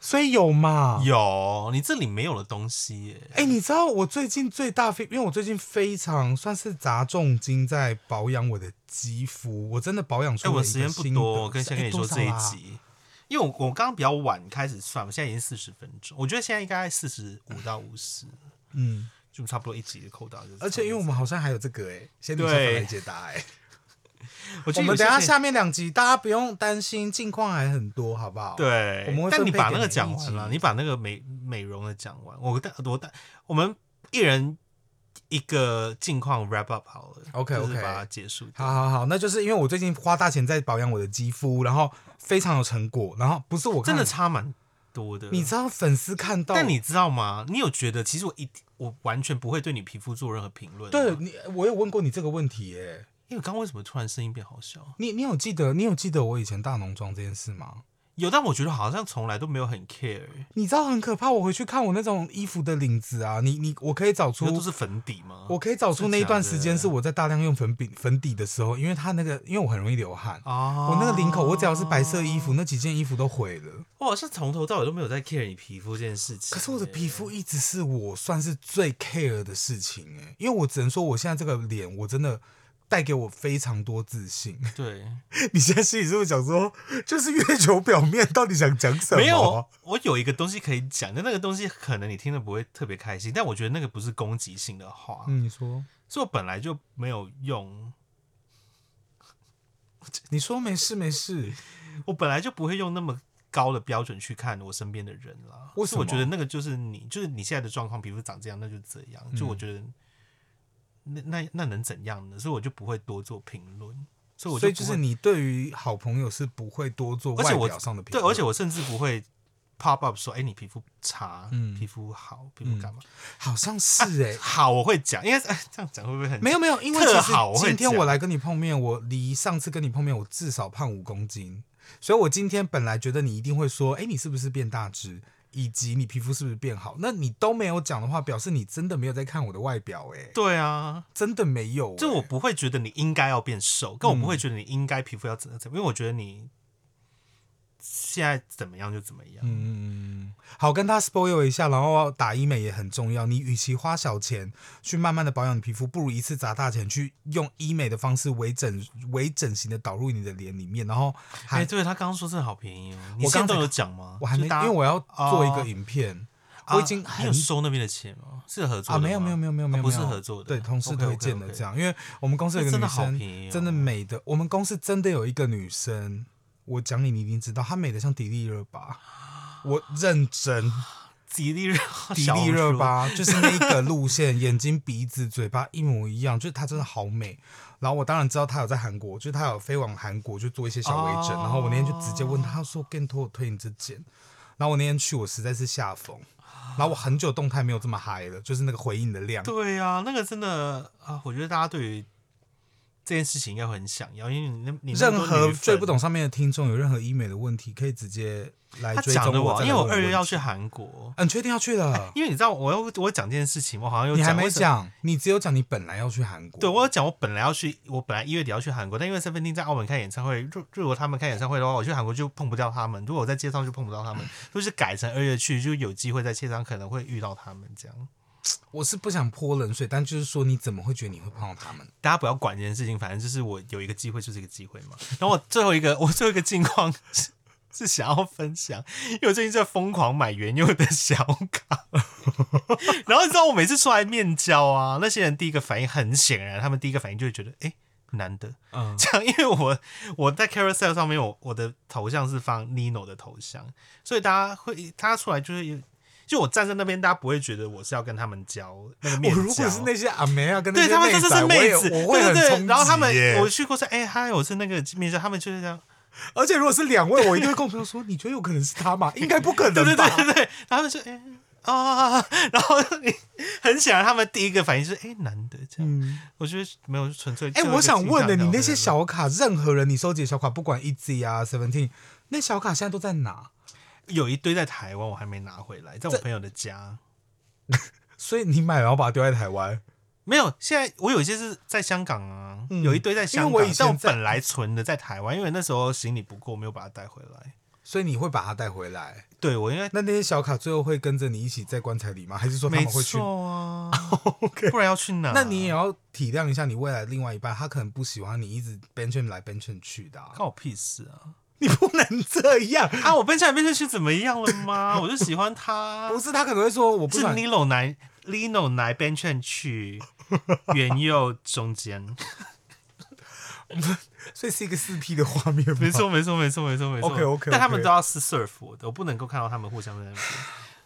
Speaker 2: 所以有嘛？
Speaker 1: 有，你这里没有的东西耶。
Speaker 2: 哎、你知道我最近最大非，因为我最近非常算是砸重金在保养我的肌肤，我真的保养出
Speaker 1: 哎、
Speaker 2: 了
Speaker 1: 我
Speaker 2: 一个
Speaker 1: 时间不
Speaker 2: 新的
Speaker 1: 多，我跟先
Speaker 2: 哎
Speaker 1: 跟你说
Speaker 2: 多少
Speaker 1: 这一
Speaker 2: 啊
Speaker 1: 集，因为我我刚刚比较晚开始算，我现在已经四十分钟，我觉得现在应该四十五到五十，
Speaker 2: 嗯，
Speaker 1: 就差不多一集的扣到。就是
Speaker 2: 而且因为我们好像还有这个哎、先女生
Speaker 1: 对
Speaker 2: 来解答哎、
Speaker 1: 我觉得
Speaker 2: 我们
Speaker 1: 有些
Speaker 2: 等一下
Speaker 1: 是
Speaker 2: 下面两集大家不用担心，近况还很多，好不好？，
Speaker 1: 对，
Speaker 2: 我们会
Speaker 1: 但
Speaker 2: 分
Speaker 1: 你
Speaker 2: 配
Speaker 1: 把
Speaker 2: 给
Speaker 1: 那
Speaker 2: 每
Speaker 1: 个
Speaker 2: 一
Speaker 1: 讲完了，
Speaker 2: 集
Speaker 1: 你把那个美美容的讲完，我带我带我们一人一个近况 wrap up 好了
Speaker 2: OK，OK
Speaker 1: 就是把它结束掉。
Speaker 2: 好好好，那就是因为我最近花大钱在保养我的肌肤，然后非常有成果，然后不是我看
Speaker 1: 真的，差蛮多的，
Speaker 2: 你知道粉丝看到，
Speaker 1: 但你知道吗？你有觉得其实我一我完全不会对你皮肤做任何评论吗，
Speaker 2: 对你，我有问过你这个问题哎、
Speaker 1: 因为刚刚为什么突然声音变好笑？
Speaker 2: 你你有记得你有记得我以前大浓妆这件事吗？
Speaker 1: 有，但我觉得好像从来都没有很 care，欸
Speaker 2: 你知道很可怕，我回去看我那种衣服的领子啊，你你我可以找
Speaker 1: 这都
Speaker 2: 出，
Speaker 1: 是粉底吗？
Speaker 2: 我可以找出那一段时间
Speaker 1: 真的假
Speaker 2: 是
Speaker 1: 的
Speaker 2: 我在大量用粉饼粉底的时候，因为它那个因为我很容易流汗，
Speaker 1: 啊
Speaker 2: 我那个领口我只要是白色衣服，那几件衣服都毁了。
Speaker 1: 我好像从头到尾都没有在 care 你皮肤这件事情。欸
Speaker 2: 可是我的皮肤一直是我算是最 care 的事情哎、因为我只能说我现在这个脸我真的。带给我非常多自信。
Speaker 1: 对，
Speaker 2: 你现在心里是不是想说，就是月球表面到底想讲什么？
Speaker 1: 没有，我有一个东西可以讲，但那个东西可能你听了不会特别开心，但我觉得那个不是攻击性的话，
Speaker 2: 嗯，你说，
Speaker 1: 所以我本来就没有用，
Speaker 2: 你说没事没事。
Speaker 1: 我本来就不会用那么高的标准去看我身边的人啦。
Speaker 2: 为
Speaker 1: 我
Speaker 2: 什
Speaker 1: 是
Speaker 2: 么
Speaker 1: 我觉得那个就是你，就是你现在的状况，皮肤长这样，那就这
Speaker 2: 嗯
Speaker 1: 样。就我觉得那那那能怎样呢？所以我就不会多做评论。所以我
Speaker 2: 所以
Speaker 1: 不
Speaker 2: 就是
Speaker 1: 会
Speaker 2: 你对于好朋友是不会多做
Speaker 1: 而且
Speaker 2: 外
Speaker 1: 我
Speaker 2: 表上的评
Speaker 1: 对，
Speaker 2: 论，
Speaker 1: 而且我甚至不会 pop up 说，哎、你皮肤差，
Speaker 2: 嗯
Speaker 1: 皮肤好，皮肤干嘛？
Speaker 2: 好像
Speaker 1: 啊
Speaker 2: 是哎、
Speaker 1: 好，我会讲，因为、哎这样讲会不会很
Speaker 2: 没有没有，因为
Speaker 1: 特
Speaker 2: 其实
Speaker 1: 好我会
Speaker 2: 今天
Speaker 1: 讲
Speaker 2: 我来跟你碰面，我离上次跟你碰面我至少胖五公斤，所以我今天本来觉得你一定会说，哎、你是不是变大只，以及你皮肤是不是变好，那你都没有讲的话，表示你真的没有在看我的外表哎、
Speaker 1: 对啊，
Speaker 2: 真的没有、欸，
Speaker 1: 就我不会觉得你应该要变
Speaker 2: 嗯
Speaker 1: 瘦，跟我不会觉得你应该皮肤要怎么怎么，因为我觉得你现在怎么样就怎么样。
Speaker 2: 嗯，好，跟他 spoil 一下，然后打医美也很重要。你与其花小钱去慢慢的保养你皮肤，不如一次砸大钱去用医美的方式微整微整形的导入你的脸里面，然后
Speaker 1: 哎、
Speaker 2: 还、
Speaker 1: 对他刚刚说真的好便宜哦，你
Speaker 2: 我
Speaker 1: 现
Speaker 2: 刚才
Speaker 1: 在都有讲吗？
Speaker 2: 我还没，
Speaker 1: 就
Speaker 2: 因
Speaker 1: 大家
Speaker 2: 为我要做一个
Speaker 1: 哦
Speaker 2: 影片，
Speaker 1: 啊
Speaker 2: 我已经
Speaker 1: 你
Speaker 2: 很
Speaker 1: 有收那边的钱吗？是合作
Speaker 2: 啊
Speaker 1: 的吗
Speaker 2: 没有没有没有没有
Speaker 1: 啊
Speaker 2: 没有
Speaker 1: 不是
Speaker 2: 没有
Speaker 1: 合作的，
Speaker 2: 对同事推荐的
Speaker 1: OK，OK，OK
Speaker 2: 这样，因为我们公司有一
Speaker 1: 这
Speaker 2: 个
Speaker 1: 真
Speaker 2: 女
Speaker 1: 的好
Speaker 2: 生
Speaker 1: 便宜哦
Speaker 2: 真的美的，我们公司真的有一个女生，我讲你你一定知道，她美的像迪丽热巴，我认真。
Speaker 1: 迪丽热
Speaker 2: 迪丽热，巴，就是那一个路线， 眼睛、鼻子、嘴巴一模一样，就是她真的好美。然后我当然知道她有在韩国，就是她有飞往韩国去做一些小微整。
Speaker 1: 哦
Speaker 2: 然后我那天就直接问她她说：“跟托我推你这件。”然后我那天去，我实在是吓疯。然后我很久动态没有这么嗨了，就是那个回应的量。
Speaker 1: 小红书对啊，那个真的啊，我觉得大家对于这件事情应该会很想要，因为你那你那么
Speaker 2: 任
Speaker 1: 多
Speaker 2: 何
Speaker 1: 女粉
Speaker 2: 最不懂上面的听众有任何医美的问题，可以直接
Speaker 4: 来
Speaker 1: 他
Speaker 4: 追
Speaker 1: 讲
Speaker 4: 踪
Speaker 1: 的
Speaker 4: 我，
Speaker 1: 因为我二月要
Speaker 4: 去，
Speaker 1: 去韩国，
Speaker 4: 嗯，确定要去了，
Speaker 1: 因为你知道我要我讲这件事情， 我好像有
Speaker 4: 你还
Speaker 1: 我
Speaker 4: 没
Speaker 1: 想
Speaker 4: 讲，你只有讲你本来要去韩国，
Speaker 1: 对我有讲，我本来要去，我本来一月底要去韩国，但因为 Seventeen 在澳门开演唱会，如如果他们开演唱会的话，我去韩国就碰不到他们；如果我在街上就碰不到他们， 就是改成二月去，就有机会在街上可能会遇到他们这样。
Speaker 4: 我是不想泼冷水，但就是说你怎么会觉得你会碰到他 们？
Speaker 1: 大家不要管这件事情，反正就是我有一个机会就是一个机会嘛。 然后我最后一个，我 最后一个近况是是想要分享，因为我最近在疯狂买原柚的小卡， 然后你知道我每次出来面交啊，那些人第一个反应很显然，他们第一个反应就会觉得，哎，难得。
Speaker 4: 嗯，
Speaker 1: 这样，因为我我在 Carousel 上面有我的头像是放 Nino 的头像，所以大家会他出来就是有，就我站在那边，大家不会觉得我是要跟他们交那个面
Speaker 4: 我
Speaker 1: 交。
Speaker 4: 哦如果是那些阿梅啊，跟那
Speaker 1: 对
Speaker 4: 些
Speaker 1: 他们
Speaker 4: 妹
Speaker 1: 这
Speaker 4: 仔
Speaker 1: 是妹子，
Speaker 4: 我也我会
Speaker 1: 对
Speaker 4: 很
Speaker 1: 对
Speaker 4: 冲
Speaker 1: 对。然后他们
Speaker 4: 击耶
Speaker 1: 我去过说，哎、嗨，我是那个面交，他们就是这样，
Speaker 4: 而且如果是两位，我一定会跟我朋友说，你觉得有可能是他 吗？应该不可能吧？
Speaker 1: 对对对对对，然后他们说，哎、啊，然后你很显然，他们第一个反应就是哎、难得这样，
Speaker 4: 嗯
Speaker 1: 我觉得没有纯粹。
Speaker 4: 哎、我想问
Speaker 1: 的，
Speaker 4: 的，你那些小卡，任何人你收集的小卡，不管 EZ 啊、Seventeen，那小卡现在都在哪？
Speaker 1: 有一堆在台湾，我还没拿回来，在我朋友的家。
Speaker 4: 所以你买了然后把它丢在台湾，
Speaker 1: 没有，现在我有一些是在香港啊，
Speaker 4: 嗯
Speaker 1: 有一堆在香
Speaker 4: 因为
Speaker 1: 港
Speaker 4: 我以，前
Speaker 1: 但我
Speaker 4: 在
Speaker 1: 本来存的在台湾，因为那时候行李不够，没有把它带回来。
Speaker 4: 所以你会把它带回来。
Speaker 1: 对，我应 该
Speaker 4: 那那些小卡最后会跟着你一起在棺材里吗？还是说他
Speaker 1: 没
Speaker 4: 们会去？
Speaker 1: 错 啊，不然要去哪？
Speaker 4: 那你也要体谅一下你未来另外一半，他可能不喜啊欢你一直 bench 来 bench 去的、啊，
Speaker 1: 关我屁事啊！
Speaker 4: 你不能这样。
Speaker 1: 啊，我奔下来奔下去怎么样了吗？我就喜欢他，
Speaker 4: 不是，他可能会说我不
Speaker 1: 是
Speaker 4: 喜欢
Speaker 1: Nino 来 Lino 来 Ben c h e n 去 元佑中间，
Speaker 4: 所以是一个四 P 的画面吗
Speaker 1: 没。错没错没错没错没错。
Speaker 4: OK，OK，OK
Speaker 1: 但他们都要是 surf 我的，我不能够看到他们互相在那边。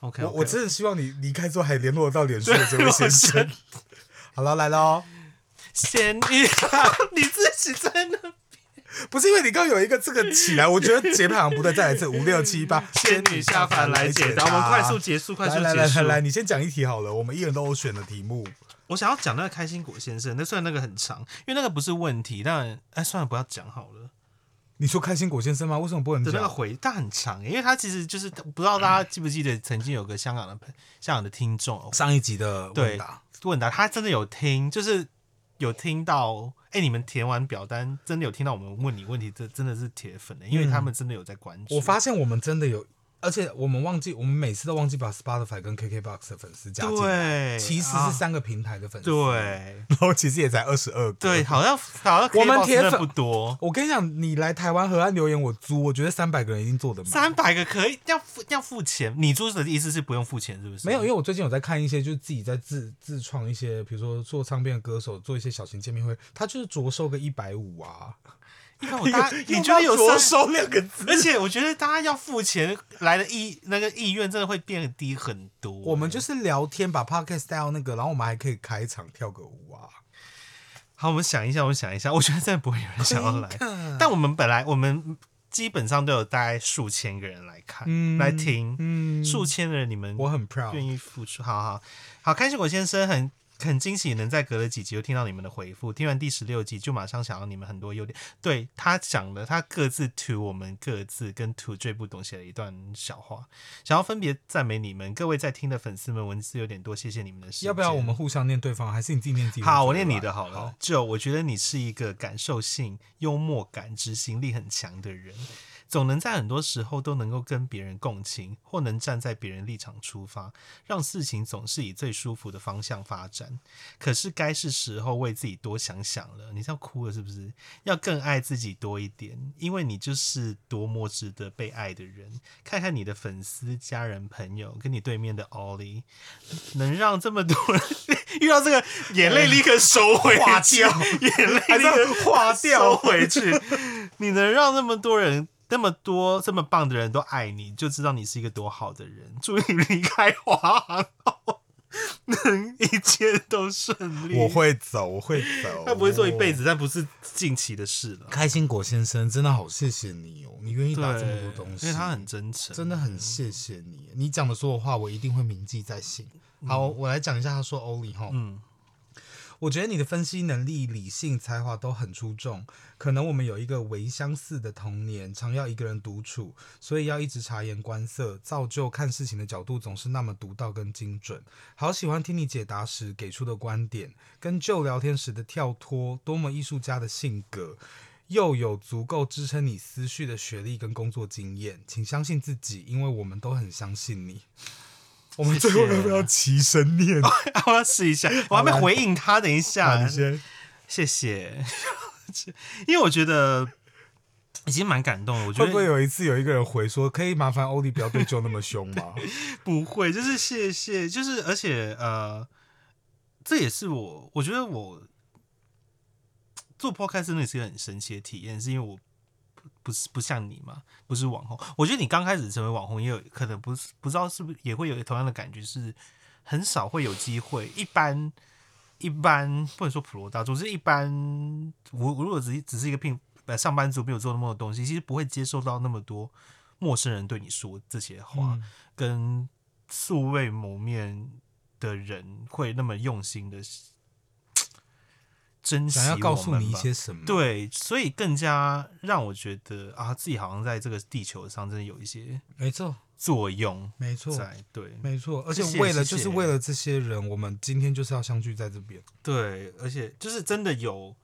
Speaker 1: OK，
Speaker 4: 我 我真的希望你离开之后还联络得到脸书的这位先
Speaker 1: 对
Speaker 4: 生。好了，来喽。
Speaker 1: 先你你自己在那边。
Speaker 4: 不是因为你刚刚有一个这个起来，我觉得节拍好像不对，再来一次五六七八，
Speaker 1: 仙女下凡来解答，我们快速结束，快速
Speaker 4: 来来来
Speaker 1: 结束
Speaker 4: 来。来，你先讲一题好了，我们一人都有选的题目。
Speaker 1: 我想要讲那个开心果先生，那虽然那个很长，因为那个不是问题，但哎，算了，不要讲好了。
Speaker 4: 你说开心果先生吗？为什么不能
Speaker 1: 的那个
Speaker 4: 讲？
Speaker 1: 回，但很长，欸因为他其实就是不知道大家记不记得，曾经有个香港的朋香港的听众
Speaker 4: 上一集的
Speaker 1: 对，问答，他真的有听，就是有听到，哎，你们填完表单真的有听到我们问你问题，这真的是铁粉欸的，因为他们真的有在关注。
Speaker 4: 嗯我发现我们真的有，而且我们忘记，我们每次都忘记把 Spotify 跟 KKBox 的粉丝加进来，
Speaker 1: 对，
Speaker 4: 其实
Speaker 1: 啊
Speaker 4: 是三个平台的粉丝，，
Speaker 1: 对
Speaker 4: 然后其实也才二十二个，
Speaker 1: 对，。好像好像
Speaker 4: 我们
Speaker 1: K-pop
Speaker 4: 铁
Speaker 1: 真的
Speaker 4: 粉
Speaker 1: 不多，
Speaker 4: 我跟你讲，你来台湾河岸留言，我租，我觉得三百个人一定做得满。
Speaker 1: 三百个可以要付要付钱，你租的意思是不用付钱是不是？
Speaker 4: 没有，因
Speaker 1: 为
Speaker 4: 为我最近有在看一些，就是自己在自自创一些，比如说做唱片的歌手，做一些小型见面会，他就是着收个一百五啊。
Speaker 1: 因为我大家你觉
Speaker 4: 要
Speaker 1: 得有
Speaker 4: 着
Speaker 1: 三，
Speaker 4: 收两个字？
Speaker 1: 而且我觉得大家要付钱来的意那个意愿真的会变低很多。
Speaker 4: 我们就是聊天，把 podcast 带到那个，然后我们还可以开场跳个舞啊。
Speaker 1: 好，我们想一下，我们想一下，我觉得真的不会有人想 要来，
Speaker 4: 哎
Speaker 1: 但我们本来我们基本上都有大概数千个人来看、
Speaker 4: 嗯
Speaker 1: 来听，
Speaker 4: 嗯，
Speaker 1: 数千人你们
Speaker 4: 我很
Speaker 1: 愿
Speaker 4: proud。
Speaker 1: 意付出，好好好，开心果先生很。很惊喜能在隔了几集就听到你们的回复，听完第十六集就马上想到你们很多优点。对他讲了，他各自 to 我们各自跟 to 最不懂写了一段小话，想要分别赞美你们各位在听的粉丝们，文字有点多，谢谢你们的时间。
Speaker 4: 要不要我们互相念对方，还是你自己念自己？
Speaker 1: 好，我念你的好了。。就我觉得你是一个感受性、幽默感、执行力很强的人，总能在很多时候都能够跟别人共情，或能站在别人立场出发，让事情总是以最舒服的方向发展。可是该是时候为自己多想想了。你是要哭了是不是？要更爱自己多一点，因为你就是多么值得被爱的人。看看你的粉丝、家人、朋友，跟你对面的 Ollie，能让这么多人 遇到这个眼泪立刻收回
Speaker 4: 化
Speaker 1: 去
Speaker 4: 掉
Speaker 1: 眼泪
Speaker 4: 还
Speaker 1: 立
Speaker 4: 是
Speaker 1: 刻
Speaker 4: 要化掉
Speaker 1: 收回去。你能让那么多人。那么多这么棒的人都爱你，就知道你是一个多好的人。祝你离开华航后，能一切都顺利。
Speaker 4: 我会走，我会走。
Speaker 1: 他不会做一辈。子，但不是近期的事了。
Speaker 4: 开心果先生，真的好谢谢你哦，你愿意
Speaker 1: 对，
Speaker 4: 打这么多东西，
Speaker 1: 因为他很真诚，
Speaker 4: 真的很谢谢你，你讲的所有话我一定会铭记在心。好，我来讲一下他说欧里哈，
Speaker 1: 嗯，
Speaker 2: 我觉得你的分析能力、理性、才华都很出众。可能我们有一个为相似的童年，常要一个人独处，所以要一直察言观色，造就看事情的角度总是那么独到跟精准。好喜欢听你解答时给出的观点，跟旧聊天时的跳脱，多么艺术家的性格。又有足够支撑你思绪的学历跟工作经验，请相信自己，因为我们都很相信你。 我们最后
Speaker 1: 谢谢
Speaker 2: 要不要齐声念？
Speaker 1: 我要试一下，我还没回应他，等一
Speaker 2: 好
Speaker 1: 下
Speaker 2: 你，先。
Speaker 1: 谢谢， 因为我觉得已经蛮感动了，我觉
Speaker 2: 会
Speaker 1: 得
Speaker 2: 不会有一次有一个人回说，可以麻烦欧弟不要对舅那么凶吗？
Speaker 1: 不会，就是谢谢，就是而且呃，这也是我我觉得我做 podcast 真的是一个很神奇的体验，是因为我不不是不像你嘛，不是网红。我觉得你刚开始成为网红，也有可能不是不知道是不是也会有同样的感觉，是很少会有机会，一般。一般不能说普罗大众，就是一般我我如果只是只是一个平呃上班族，没有做那么多东西，其实不会接受到那么多陌生人对你说这些话。
Speaker 2: 嗯
Speaker 1: 跟素未谋面的人会那么用心的珍惜，
Speaker 2: 想要告诉你一些。什么？，
Speaker 1: 对，所以更加让我觉得啊，自己好像在这个地球上真的有一些
Speaker 2: 没错，
Speaker 1: 作用
Speaker 2: 没错，
Speaker 1: 在。对
Speaker 2: 没错。而且
Speaker 1: 谢谢
Speaker 2: 为了
Speaker 1: 谢谢哎
Speaker 2: 就是为了这些人，我们今天就是要相聚在这边。
Speaker 1: 对，而且就是真的有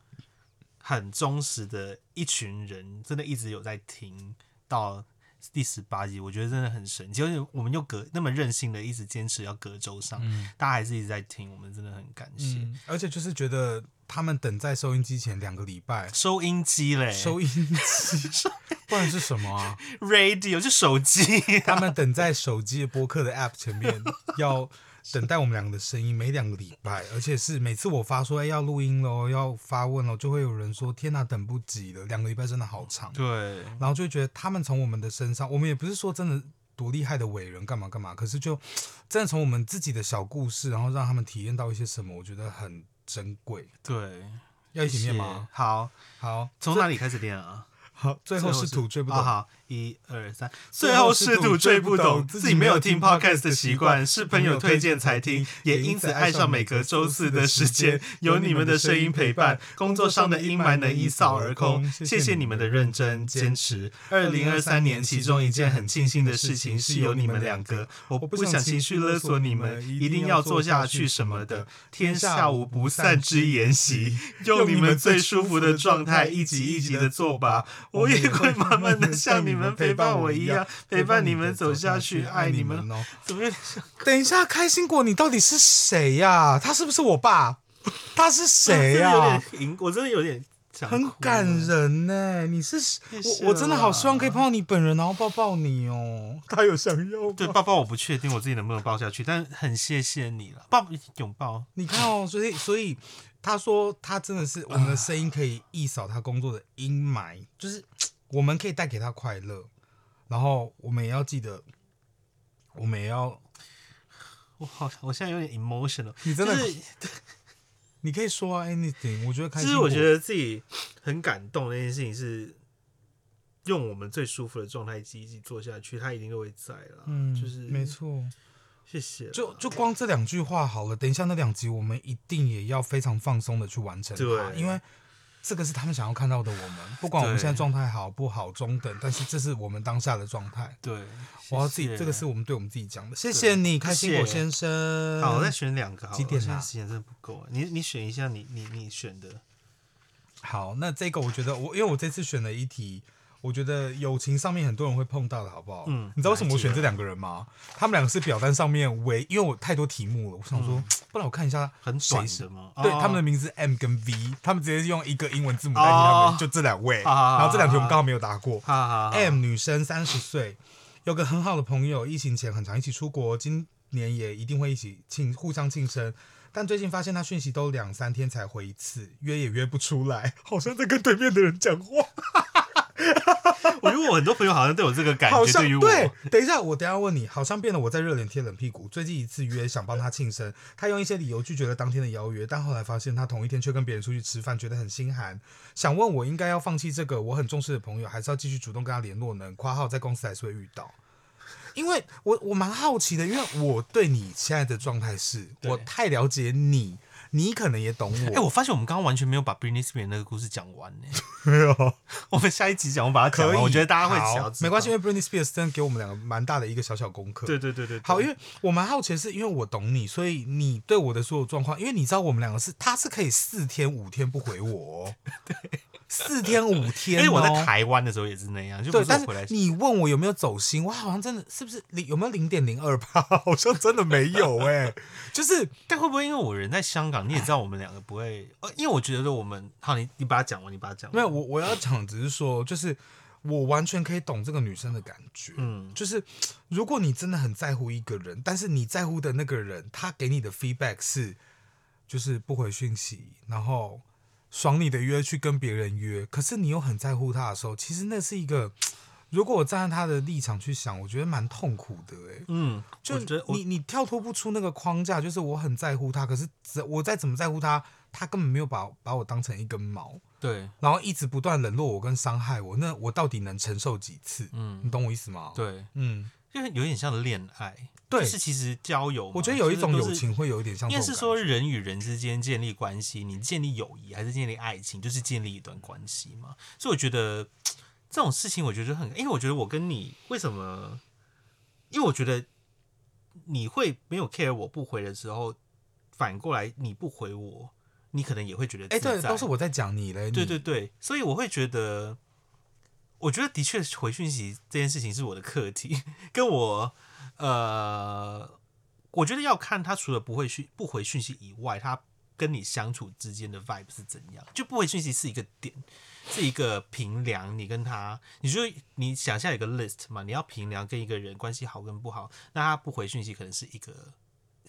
Speaker 1: 很忠实的一群人，真的一直有在听到第十八集，我觉得真的很神奇。而且我们又隔那么任性的一直坚持要隔周上，大家还是一直在听，我们真的很感谢。
Speaker 2: 嗯，而且就是觉得他们等在收音机前两个礼拜，
Speaker 1: 收音机嘞，
Speaker 2: 收音机 不然是什么啊？
Speaker 1: radio 就手机，
Speaker 2: 他们等在手机播客的 App 前面，要等待我们两个的声音，每两个礼拜，而且是每次我发说、哎要录音喽，要发问喽，就会有人说天哪、等不及了，两个礼拜真的好长。
Speaker 1: 对，
Speaker 2: 然后就会觉得他们从我们的身上，我们也不是说真的多厉害的伟人干嘛干嘛，可是就真的从我们自己的小故事，然后让他们体验到一些什么，我觉得很珍贵。
Speaker 1: 对，
Speaker 2: 要一起念
Speaker 1: 谢谢
Speaker 2: 吗？？
Speaker 1: 好，
Speaker 2: 好，
Speaker 1: 从哪里开始练啊？
Speaker 2: 好，最后是土最不
Speaker 1: 啊
Speaker 2: 懂。
Speaker 1: 好，一二三， 最后是土最不懂，自己没有听 podcast 的习惯，是朋友推荐才听，也因此爱上每隔周四的时间，有你们的声音陪伴，工作上的阴霾能一扫而空。谢谢你们的认真坚持。二零二三年，其中一件很庆幸的事情是有你们两个，我不想情绪勒索你们，一定要做下去什么的。天下无不散之筵席， 用你们最舒服的状态，一集一集的做吧。我也会慢慢的像你们陪伴我一样，陪伴你们走下去，爱你们。
Speaker 2: 哦。
Speaker 1: 怎 么有点像
Speaker 2: 等一下，开心果，你到底是谁呀、他是不是我爸？他是谁
Speaker 4: 啊
Speaker 2: 呀、
Speaker 1: 真的有点嗯赢，我真的有点想哭
Speaker 2: 很感人呢、你是
Speaker 1: 谢啊
Speaker 2: 我，我真的
Speaker 1: 啦
Speaker 2: 好希望可以碰到你本人，然后抱抱你哦。 他有想要吗
Speaker 1: 对，抱抱我不确定我自己能不能抱下去，但很谢谢你了，抱拥抱，
Speaker 2: 你看哦，所以所以他说他真的是我们的声音可以一扫他工作的阴霾，就是我们可以带给他快乐，然后我们也要记得，我们也要，
Speaker 1: 我好，我现在有点 emotional，
Speaker 2: 你真的
Speaker 1: 就是
Speaker 2: 你可以说啊 anything，我觉得开
Speaker 1: 其
Speaker 2: 心
Speaker 1: 实
Speaker 2: 果。
Speaker 1: 我觉得自己很感动的一件事情是，用我们最舒服的状态积极做下去，他一定都会在啦。
Speaker 2: 嗯，
Speaker 1: 就是
Speaker 2: 没，错，
Speaker 1: 谢谢啦。
Speaker 2: 就就光这两句话好了。等一下那两集，我们一定也要非常放松的去完成它，
Speaker 1: 对
Speaker 2: 因为这个是 他们想要看到的我们。不管我们
Speaker 1: 对
Speaker 2: 现在状态好不好，中等，但是这是我们当下的状态。
Speaker 1: 对，
Speaker 2: 我要自己，这个是我们对我们自己讲的。谢谢你，开心果先生。
Speaker 1: 好，我再选两个好了，
Speaker 2: 嗯几点啊
Speaker 1: 我现在时间真的不够，啊你你选一下你你你选的，
Speaker 2: 好，那这个我觉得我，因为我这次选了一题，我觉得友情上面很多人会碰到的，好不好？
Speaker 1: 嗯
Speaker 2: 你知道为什么我选这两个人吗？他们两个是表单上面唯，因为我太多题目了，我想说，不然我看一下
Speaker 1: 很短
Speaker 2: 谁是
Speaker 1: 的吗？
Speaker 2: 对，
Speaker 1: 哦
Speaker 2: 他们的名字 M 跟 V，他们直接用一个英文字母代替他
Speaker 1: 哦啊
Speaker 2: 们，就这两位。
Speaker 1: 好好好
Speaker 2: 然后这两题我们刚好没哎有答过。
Speaker 1: 好好好
Speaker 2: M 女生三十岁，有个很好的朋友，疫情前很常一起出国，今年也一定会一起庆互相庆生。但最近发现她讯息都两三天才回一次，约也约不出来， 好像在跟对面的人讲话，
Speaker 1: 我觉得我很多朋友好像都有这个感
Speaker 2: 好
Speaker 1: 觉，
Speaker 2: 像
Speaker 1: 对于我，
Speaker 2: 对。等一下，我等一下问你，好像变得我在热脸贴冷屁股。最近一次约想帮她庆生，她用一些理由拒绝了当天的邀约，但后来发现她同一天却跟别人出去吃饭，觉得很心寒。想问我应该要放弃这个我很重视的朋友，还是要继续主动跟他联络呢？（括号在公司还是会遇到。）因为我我蛮好奇的，因为我对你现在的状态是
Speaker 1: 对
Speaker 2: 我太了解你，你可能也懂
Speaker 1: 哎、
Speaker 2: 我。
Speaker 1: 我发现我们刚刚完全没有把 Britney Spears 那个故事讲完呢、
Speaker 2: 没有，
Speaker 1: 我们下一集讲，我把它讲
Speaker 2: 可以，
Speaker 1: 完，我觉得大家会
Speaker 2: 好
Speaker 1: 想要知道
Speaker 2: 没关系，因。为 Britney Spears 真的给我们两个蛮大的一个小小功课。
Speaker 1: 对对对对，对
Speaker 2: 好，因为我蛮好奇的是，因为我懂你，所以你对我的所有状况，因为你知道我们两个是，他是可以四天五天不回我、 哦，对，四天五
Speaker 1: 因
Speaker 2: 天、哦，
Speaker 1: 为我在台湾的时候也是那样，就不
Speaker 2: 对，
Speaker 1: 是
Speaker 2: 但
Speaker 1: 我回来
Speaker 2: 是你问我有没有走心，我好像真的是不是零有没有零点零二八？ 好像真的没有哎、就是
Speaker 1: 但会不会因为我人在香港，你也知道我们两个不会？呃，因为我觉得我们好，你你把它讲完，你把它讲完。
Speaker 2: 没有我我要讲只是说，就是我完全可以懂这个女生的感觉，
Speaker 1: 嗯，
Speaker 2: 就是如果你真的很在乎一个人，但是你在乎的那个人，他给你的 feedback 是就是不回讯息，然后爽你的约去跟别人约，可是你又很在乎他的时候，其实那是一个。如果我站在他的立场去想，我觉得蛮痛苦的哎、
Speaker 1: 嗯，
Speaker 2: 就
Speaker 1: 我觉得我
Speaker 2: 你你跳脱不出那个框架，就是我很在乎他，可是只我再怎么在乎他，他根本没有把把我当成一根毛，
Speaker 1: 对
Speaker 2: 然后一直不断冷落我跟伤害我，那我到底能承受几次？
Speaker 1: 嗯
Speaker 2: 你懂我意思吗？，
Speaker 1: 对，
Speaker 2: 嗯，
Speaker 1: 因为有点像恋爱，
Speaker 2: 对
Speaker 1: 就是其实交友嘛，
Speaker 2: 我觉得有一种
Speaker 1: 就是都
Speaker 2: 友
Speaker 1: 是
Speaker 2: 情会有一点像这
Speaker 1: 应该
Speaker 2: 种感觉，
Speaker 1: 是说人与人之间建立关系，你建立友谊还是建立爱情，就是建立一段关系嘛。所以我觉得这种事情，我觉得很，因为我觉得我跟你为什么？因为我觉得你会没有 care 我不回的时候，反过来你不回我，你可能也会觉得
Speaker 2: 哎、
Speaker 1: 自在
Speaker 2: 对，都是我在讲你嘞，
Speaker 1: 对
Speaker 2: 你
Speaker 1: 对，对，所以我会觉得，我觉得的确回讯息这件事情是我的课题， 跟我呃，我觉得要看他除了不会讯不回讯息以外，他跟你相处之间的 vibe 是怎样。就不回讯息是一个点，是一个评量。你跟他，你就你想象有个 list 嘛，你要评量跟一个人关系好跟不好，那他不回讯息可能是一个。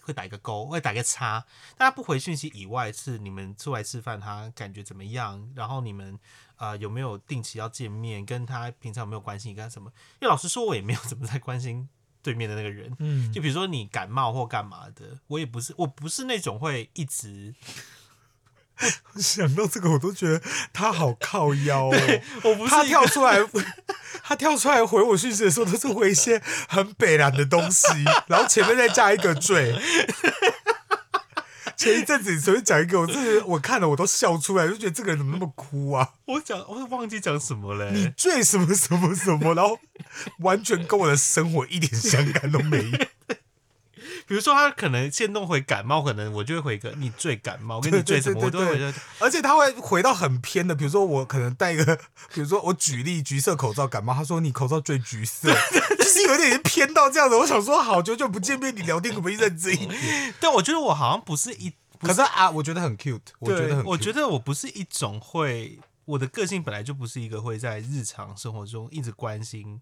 Speaker 1: 会打一个勾，会打一个叉，大家不回讯息以外，是你们出来吃饭，他感觉怎么样？然后你们呃有没有定期要见面？跟他平常有没有关心？你跟他什么？因为老实说，我也没有怎么在关心对面的那个人。
Speaker 2: 嗯，
Speaker 1: 就比如说你感冒或干嘛的，我也不是，我不是那种会一直，
Speaker 2: 想到这个我都觉得他好靠 腰哦。
Speaker 1: 我不是
Speaker 2: 他
Speaker 1: 一个
Speaker 2: 跳出来， 他跳出来回我讯息的时候，都是回一些很北然的东西，然后前面再加一个 缀。前一阵子你随便讲一个，我真的觉得我看了我都笑出来，就觉得这个人怎么那么哭啊？
Speaker 1: 我讲，我忘记讲什么嘞。
Speaker 2: 你缀什么什么什么，然后完全跟我的生活一点相干都没有。
Speaker 1: 比如说他可能现动回感冒，可能我就会回个你最感冒，跟你最什么，我
Speaker 2: 对
Speaker 1: 都
Speaker 2: 对对
Speaker 1: 会回
Speaker 2: 对
Speaker 1: 个
Speaker 2: 对，而且他会回到很偏的，比如说我可能戴一个，比如说我举例橘色口罩感冒，他说你口罩最橘色，就是有点偏到这样子。我想说，好久久不见面，你聊天可不可以认真一点？
Speaker 1: 但我觉得我好像不是一
Speaker 2: 可是啊，我觉得很 cute，我觉
Speaker 1: 对
Speaker 2: 得很 cute，
Speaker 1: 我觉得我不是一种会，我的个性本来就不是一个会在日常生活中一直关心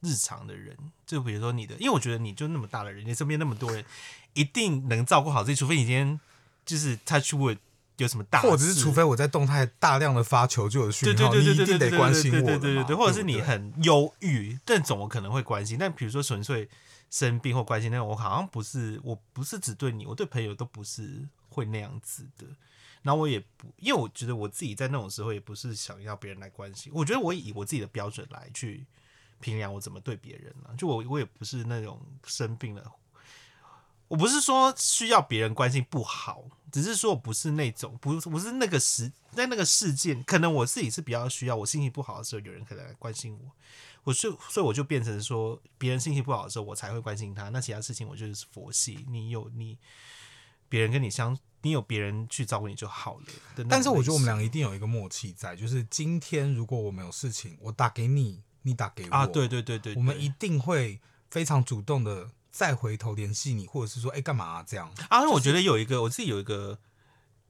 Speaker 1: 日常的人。就比如说你的，因为我觉得你就那么大的人，你身边那么多人，一定能照顾好自己，除非你今天就是 touch wood 有什么大事，
Speaker 2: 或者是除非我在动态大量的发求救的讯
Speaker 1: 对对
Speaker 2: 号，你
Speaker 1: 对对
Speaker 2: 一
Speaker 1: 对
Speaker 2: 定
Speaker 1: 对
Speaker 2: 得
Speaker 1: 对
Speaker 2: 关心
Speaker 1: 对
Speaker 2: 我了
Speaker 1: 对
Speaker 2: 嘛
Speaker 1: 对对，或者是你
Speaker 2: 对不对
Speaker 1: 很忧郁，那种我可能会关心。但比如说纯粹生病或关心那种，我好像不是，我不是只对你，我对朋友都不是会那样子的。然后我也不，因为我觉得我自己在那种时候也不是想要别人来关心，我觉得我以我自己的标准来去评量我怎么对别人了、就我我也不是那种生病了。我不是说需要别人关心不好，只是说我不是那种不不是那个时在那个事件，可能我自己是比较需要，我心情不好的时候有人可能来关心我，我是所以我就变成说别人心情不好的时候我才会关心他，那其他事情我就是佛系，你有你别人跟你相，你有别人去照顾你就好了的那种类型。
Speaker 2: 但是我觉得我们两个一定有一个默契在，就是今天如果我们有事情，我打给你，你打给我
Speaker 1: 啊，对对对对，
Speaker 2: 我们
Speaker 1: 对
Speaker 2: 一定会非常主动的再回头联系你，或者是说，哎、干嘛啊、这样？
Speaker 1: 啊，我觉得有一个我自己有一个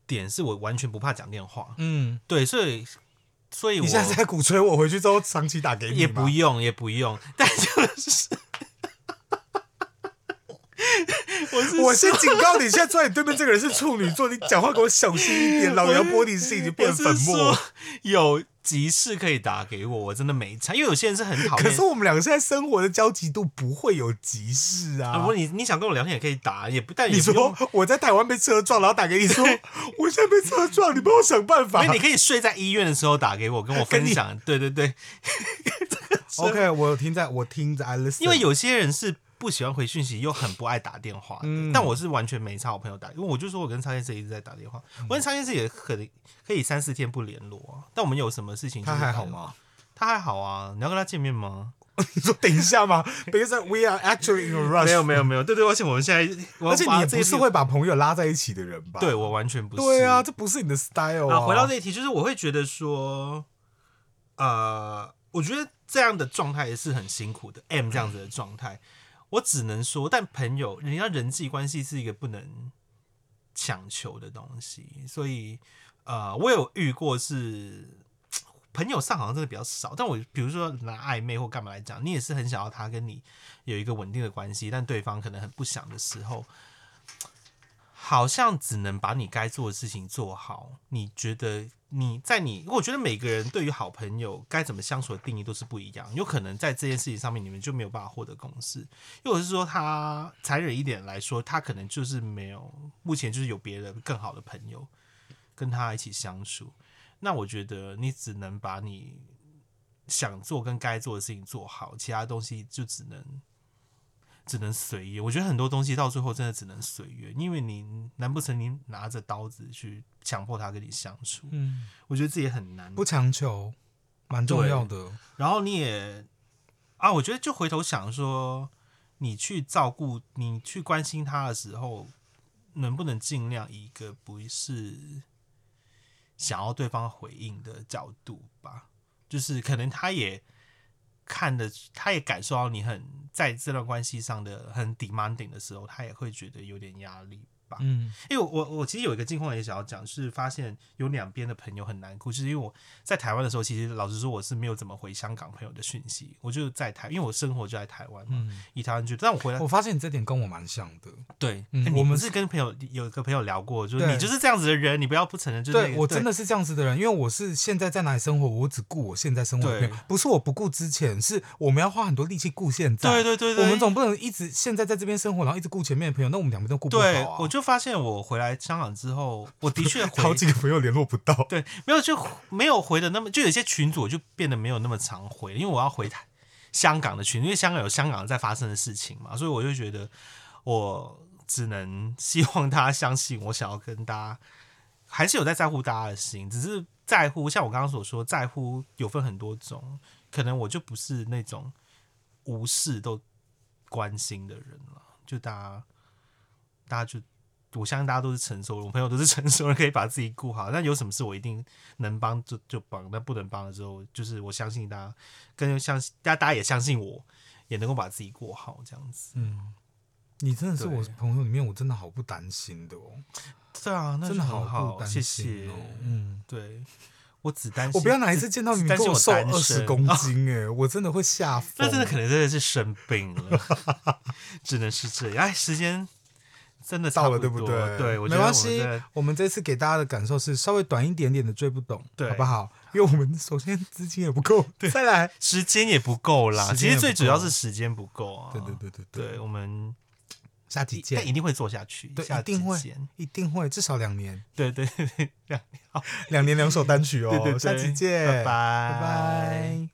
Speaker 1: 点是我完全不怕讲电话，
Speaker 2: 嗯，
Speaker 1: 对，所以所以我
Speaker 2: 你现在在鼓吹我回去之后长期打给你
Speaker 1: 也不
Speaker 2: 吗
Speaker 1: 用，也不用， 但就是，我是
Speaker 2: 我先警告你，现在坐在你对面这个人是处女座，你讲话给我小心一点，老杨玻璃心已经变
Speaker 1: 我是
Speaker 2: 粉末
Speaker 1: 说。有急事可以打给我，我真的没差，因为有些人是很讨厌。
Speaker 2: 可是我们两个现在生活的交集度不会有急事
Speaker 1: 啊，
Speaker 2: 啊
Speaker 1: 如。果你你想跟我聊天也可以 打，也不但也
Speaker 2: 你
Speaker 1: 不用
Speaker 2: 说我在台湾被车撞，然后打给你说，我现在被车撞，你帮我想办法
Speaker 1: 没。有，你可以睡在医院的时候打给我， 跟我分 享。对对对，
Speaker 2: OK，我有听在，我听着，I listen。
Speaker 1: 因为有些人是不喜欢回讯息，又很不爱打电话的。但我是完全没差我朋友打，因为我就说我跟超先生一直在打电话，我跟超先生也可能可以三四天不联络啊。但我们有什么事情？
Speaker 4: 他还好吗？
Speaker 1: 他还好啊。你要跟他见面吗？
Speaker 4: 你说等一下吗？Because we are actually in a rush。
Speaker 1: 啊没有没有没有，对对，而且我们现在，我
Speaker 4: 而且你也
Speaker 1: 把这一
Speaker 4: 不是
Speaker 1: 题
Speaker 4: 会把朋友拉在一起的人吧？
Speaker 1: 对我完全不是。
Speaker 4: 对啊，这不是你的 style
Speaker 1: 啊，回到这一题，就是我会觉得说，呃，我觉得这样的状态也是很辛苦的。M 这样子的状态，我只能说，但朋友，人家人际关系是一个不能强求的东西，所以呃，我有遇过是朋友上好像真的比较少，但我比如说拿暧昧或干嘛来讲，你也是很想要他跟你有一个稳定的关系，但对方可能很不想的时候，好像只能把你该做的事情做好。你觉得你在你，我觉得每个人对于好朋友该怎么相处的定义都是不一样，有可能在这件事情上面你们就没有办法获得共识，又或者是说他残忍一点来说，他可能就是没有，目前就是有别人更好的朋友跟他一起相处。那我觉得你只能把你想做跟该做的事情做好，其他东西就只能只能随缘。我觉得很多东西到最后真的只能随缘，因为你难不成你拿着刀子去强迫他跟你相处？
Speaker 4: 嗯，
Speaker 1: 我觉得这也很难。
Speaker 4: 不强求，蛮重要的。
Speaker 1: 然后你也啊，我觉得就回头想说，你去照顾、你去关心他的时候，能不能尽量以一个不是想要对方回应的角度吧？就是可能他也看的，他也感受到你很在这段关系上的很 demanding 的时候，他也会觉得有点压力吧。
Speaker 4: 嗯，
Speaker 1: 因为我我我其实有一个近况也想要讲，是发现有两边的朋友很难过，就是因为我在台湾的时候，其实老实说我是没有怎么回香港朋友的讯息，我就在台，因为我生活就在台湾嘛，
Speaker 4: 嗯
Speaker 1: 以台湾居多，但我回来
Speaker 4: 我发现你这点跟我蛮像的。
Speaker 1: 对，
Speaker 4: 哦嗯
Speaker 1: 哎
Speaker 4: 我
Speaker 1: 你
Speaker 4: 们
Speaker 1: 们是跟朋友有一个朋友聊过，就是
Speaker 4: 对
Speaker 1: 你就是这样子的人，你不要不承认，就是那
Speaker 4: 对
Speaker 1: 个
Speaker 4: 我真的是这样子的人，因为我是现在在哪里生活，我只顾我现在生活的
Speaker 1: 对
Speaker 4: 片，不是我不顾之前，是我们要花很多力气顾现在。
Speaker 1: 对对对对，
Speaker 4: 我们总不能一直现在在这边生活，然后一直顾前面的朋友，那我们两边都顾不好、啊。
Speaker 1: 对，我就发现我回来香港之后，我的 确回
Speaker 4: 好几个朋友联络不到。
Speaker 1: 对，没有就没有回的那么，就有些群组我就变得没有那么常回，因为我要回台香港的群，因为香港有香港在发生的事情嘛，所以我就觉得我只能 希望大家相信我想要跟大家，还是有在在乎大家的心，只是在乎像我刚刚所说，在乎有分很多种，可能我就不是那种无事都关心的人了，就大家大家就我相信大家都是成熟人，我朋友都是成熟人，可以把自己顾好。但有什么事我一定能帮就就帮，但不能帮的时候，就是我相信大家，跟相信大家，大家也相信我，也能够把自己过好这样子。
Speaker 4: 嗯你真的是
Speaker 1: 对
Speaker 4: 我朋友里面，我真的好不担心的哦。
Speaker 1: 对啊，那
Speaker 4: 真
Speaker 1: 就
Speaker 4: 的好
Speaker 1: 很
Speaker 4: 不
Speaker 1: 好，
Speaker 4: 担
Speaker 1: 谢
Speaker 4: 心
Speaker 1: 谢。
Speaker 4: 哦
Speaker 1: 嗯，对我只担心
Speaker 4: 我不要哪一次见到你
Speaker 1: 只
Speaker 4: 们
Speaker 1: 担
Speaker 4: 跟
Speaker 1: 心
Speaker 4: 我
Speaker 1: 我
Speaker 4: 瘦
Speaker 1: 单
Speaker 4: 二十
Speaker 1: 身
Speaker 4: 公
Speaker 1: 啊
Speaker 4: 斤、哎、我真的会吓疯。
Speaker 1: 那真的可能真的是生病了， 只能是这样。哎，时间真的差
Speaker 4: 到了，
Speaker 1: 不
Speaker 4: 对不
Speaker 1: 多
Speaker 4: 对？
Speaker 1: 对，我觉得
Speaker 4: 没关
Speaker 1: 我
Speaker 4: 系
Speaker 1: 在。
Speaker 4: 我们这次给大家的感受是稍微短一点点的，追不懂，
Speaker 1: 对
Speaker 4: 好不好？因为我们首先资金也不够，再来，
Speaker 1: 时间也不够啦，
Speaker 4: 时
Speaker 1: 其
Speaker 4: 间也
Speaker 1: 实
Speaker 4: 不
Speaker 1: 最主要
Speaker 4: 够
Speaker 1: 是时间不够啊。
Speaker 4: 对对对对
Speaker 1: 对，，我们
Speaker 4: 下集
Speaker 1: 但一
Speaker 4: 见，
Speaker 1: 定会做下去，
Speaker 4: 对，
Speaker 1: 下
Speaker 4: 一定
Speaker 1: 集
Speaker 4: 会
Speaker 1: 见，
Speaker 4: 一定会，至少两年，
Speaker 1: 对对对，对
Speaker 4: 两年两首单曲哦，
Speaker 1: 对对，
Speaker 4: 下集见，
Speaker 1: 拜拜
Speaker 4: 拜拜。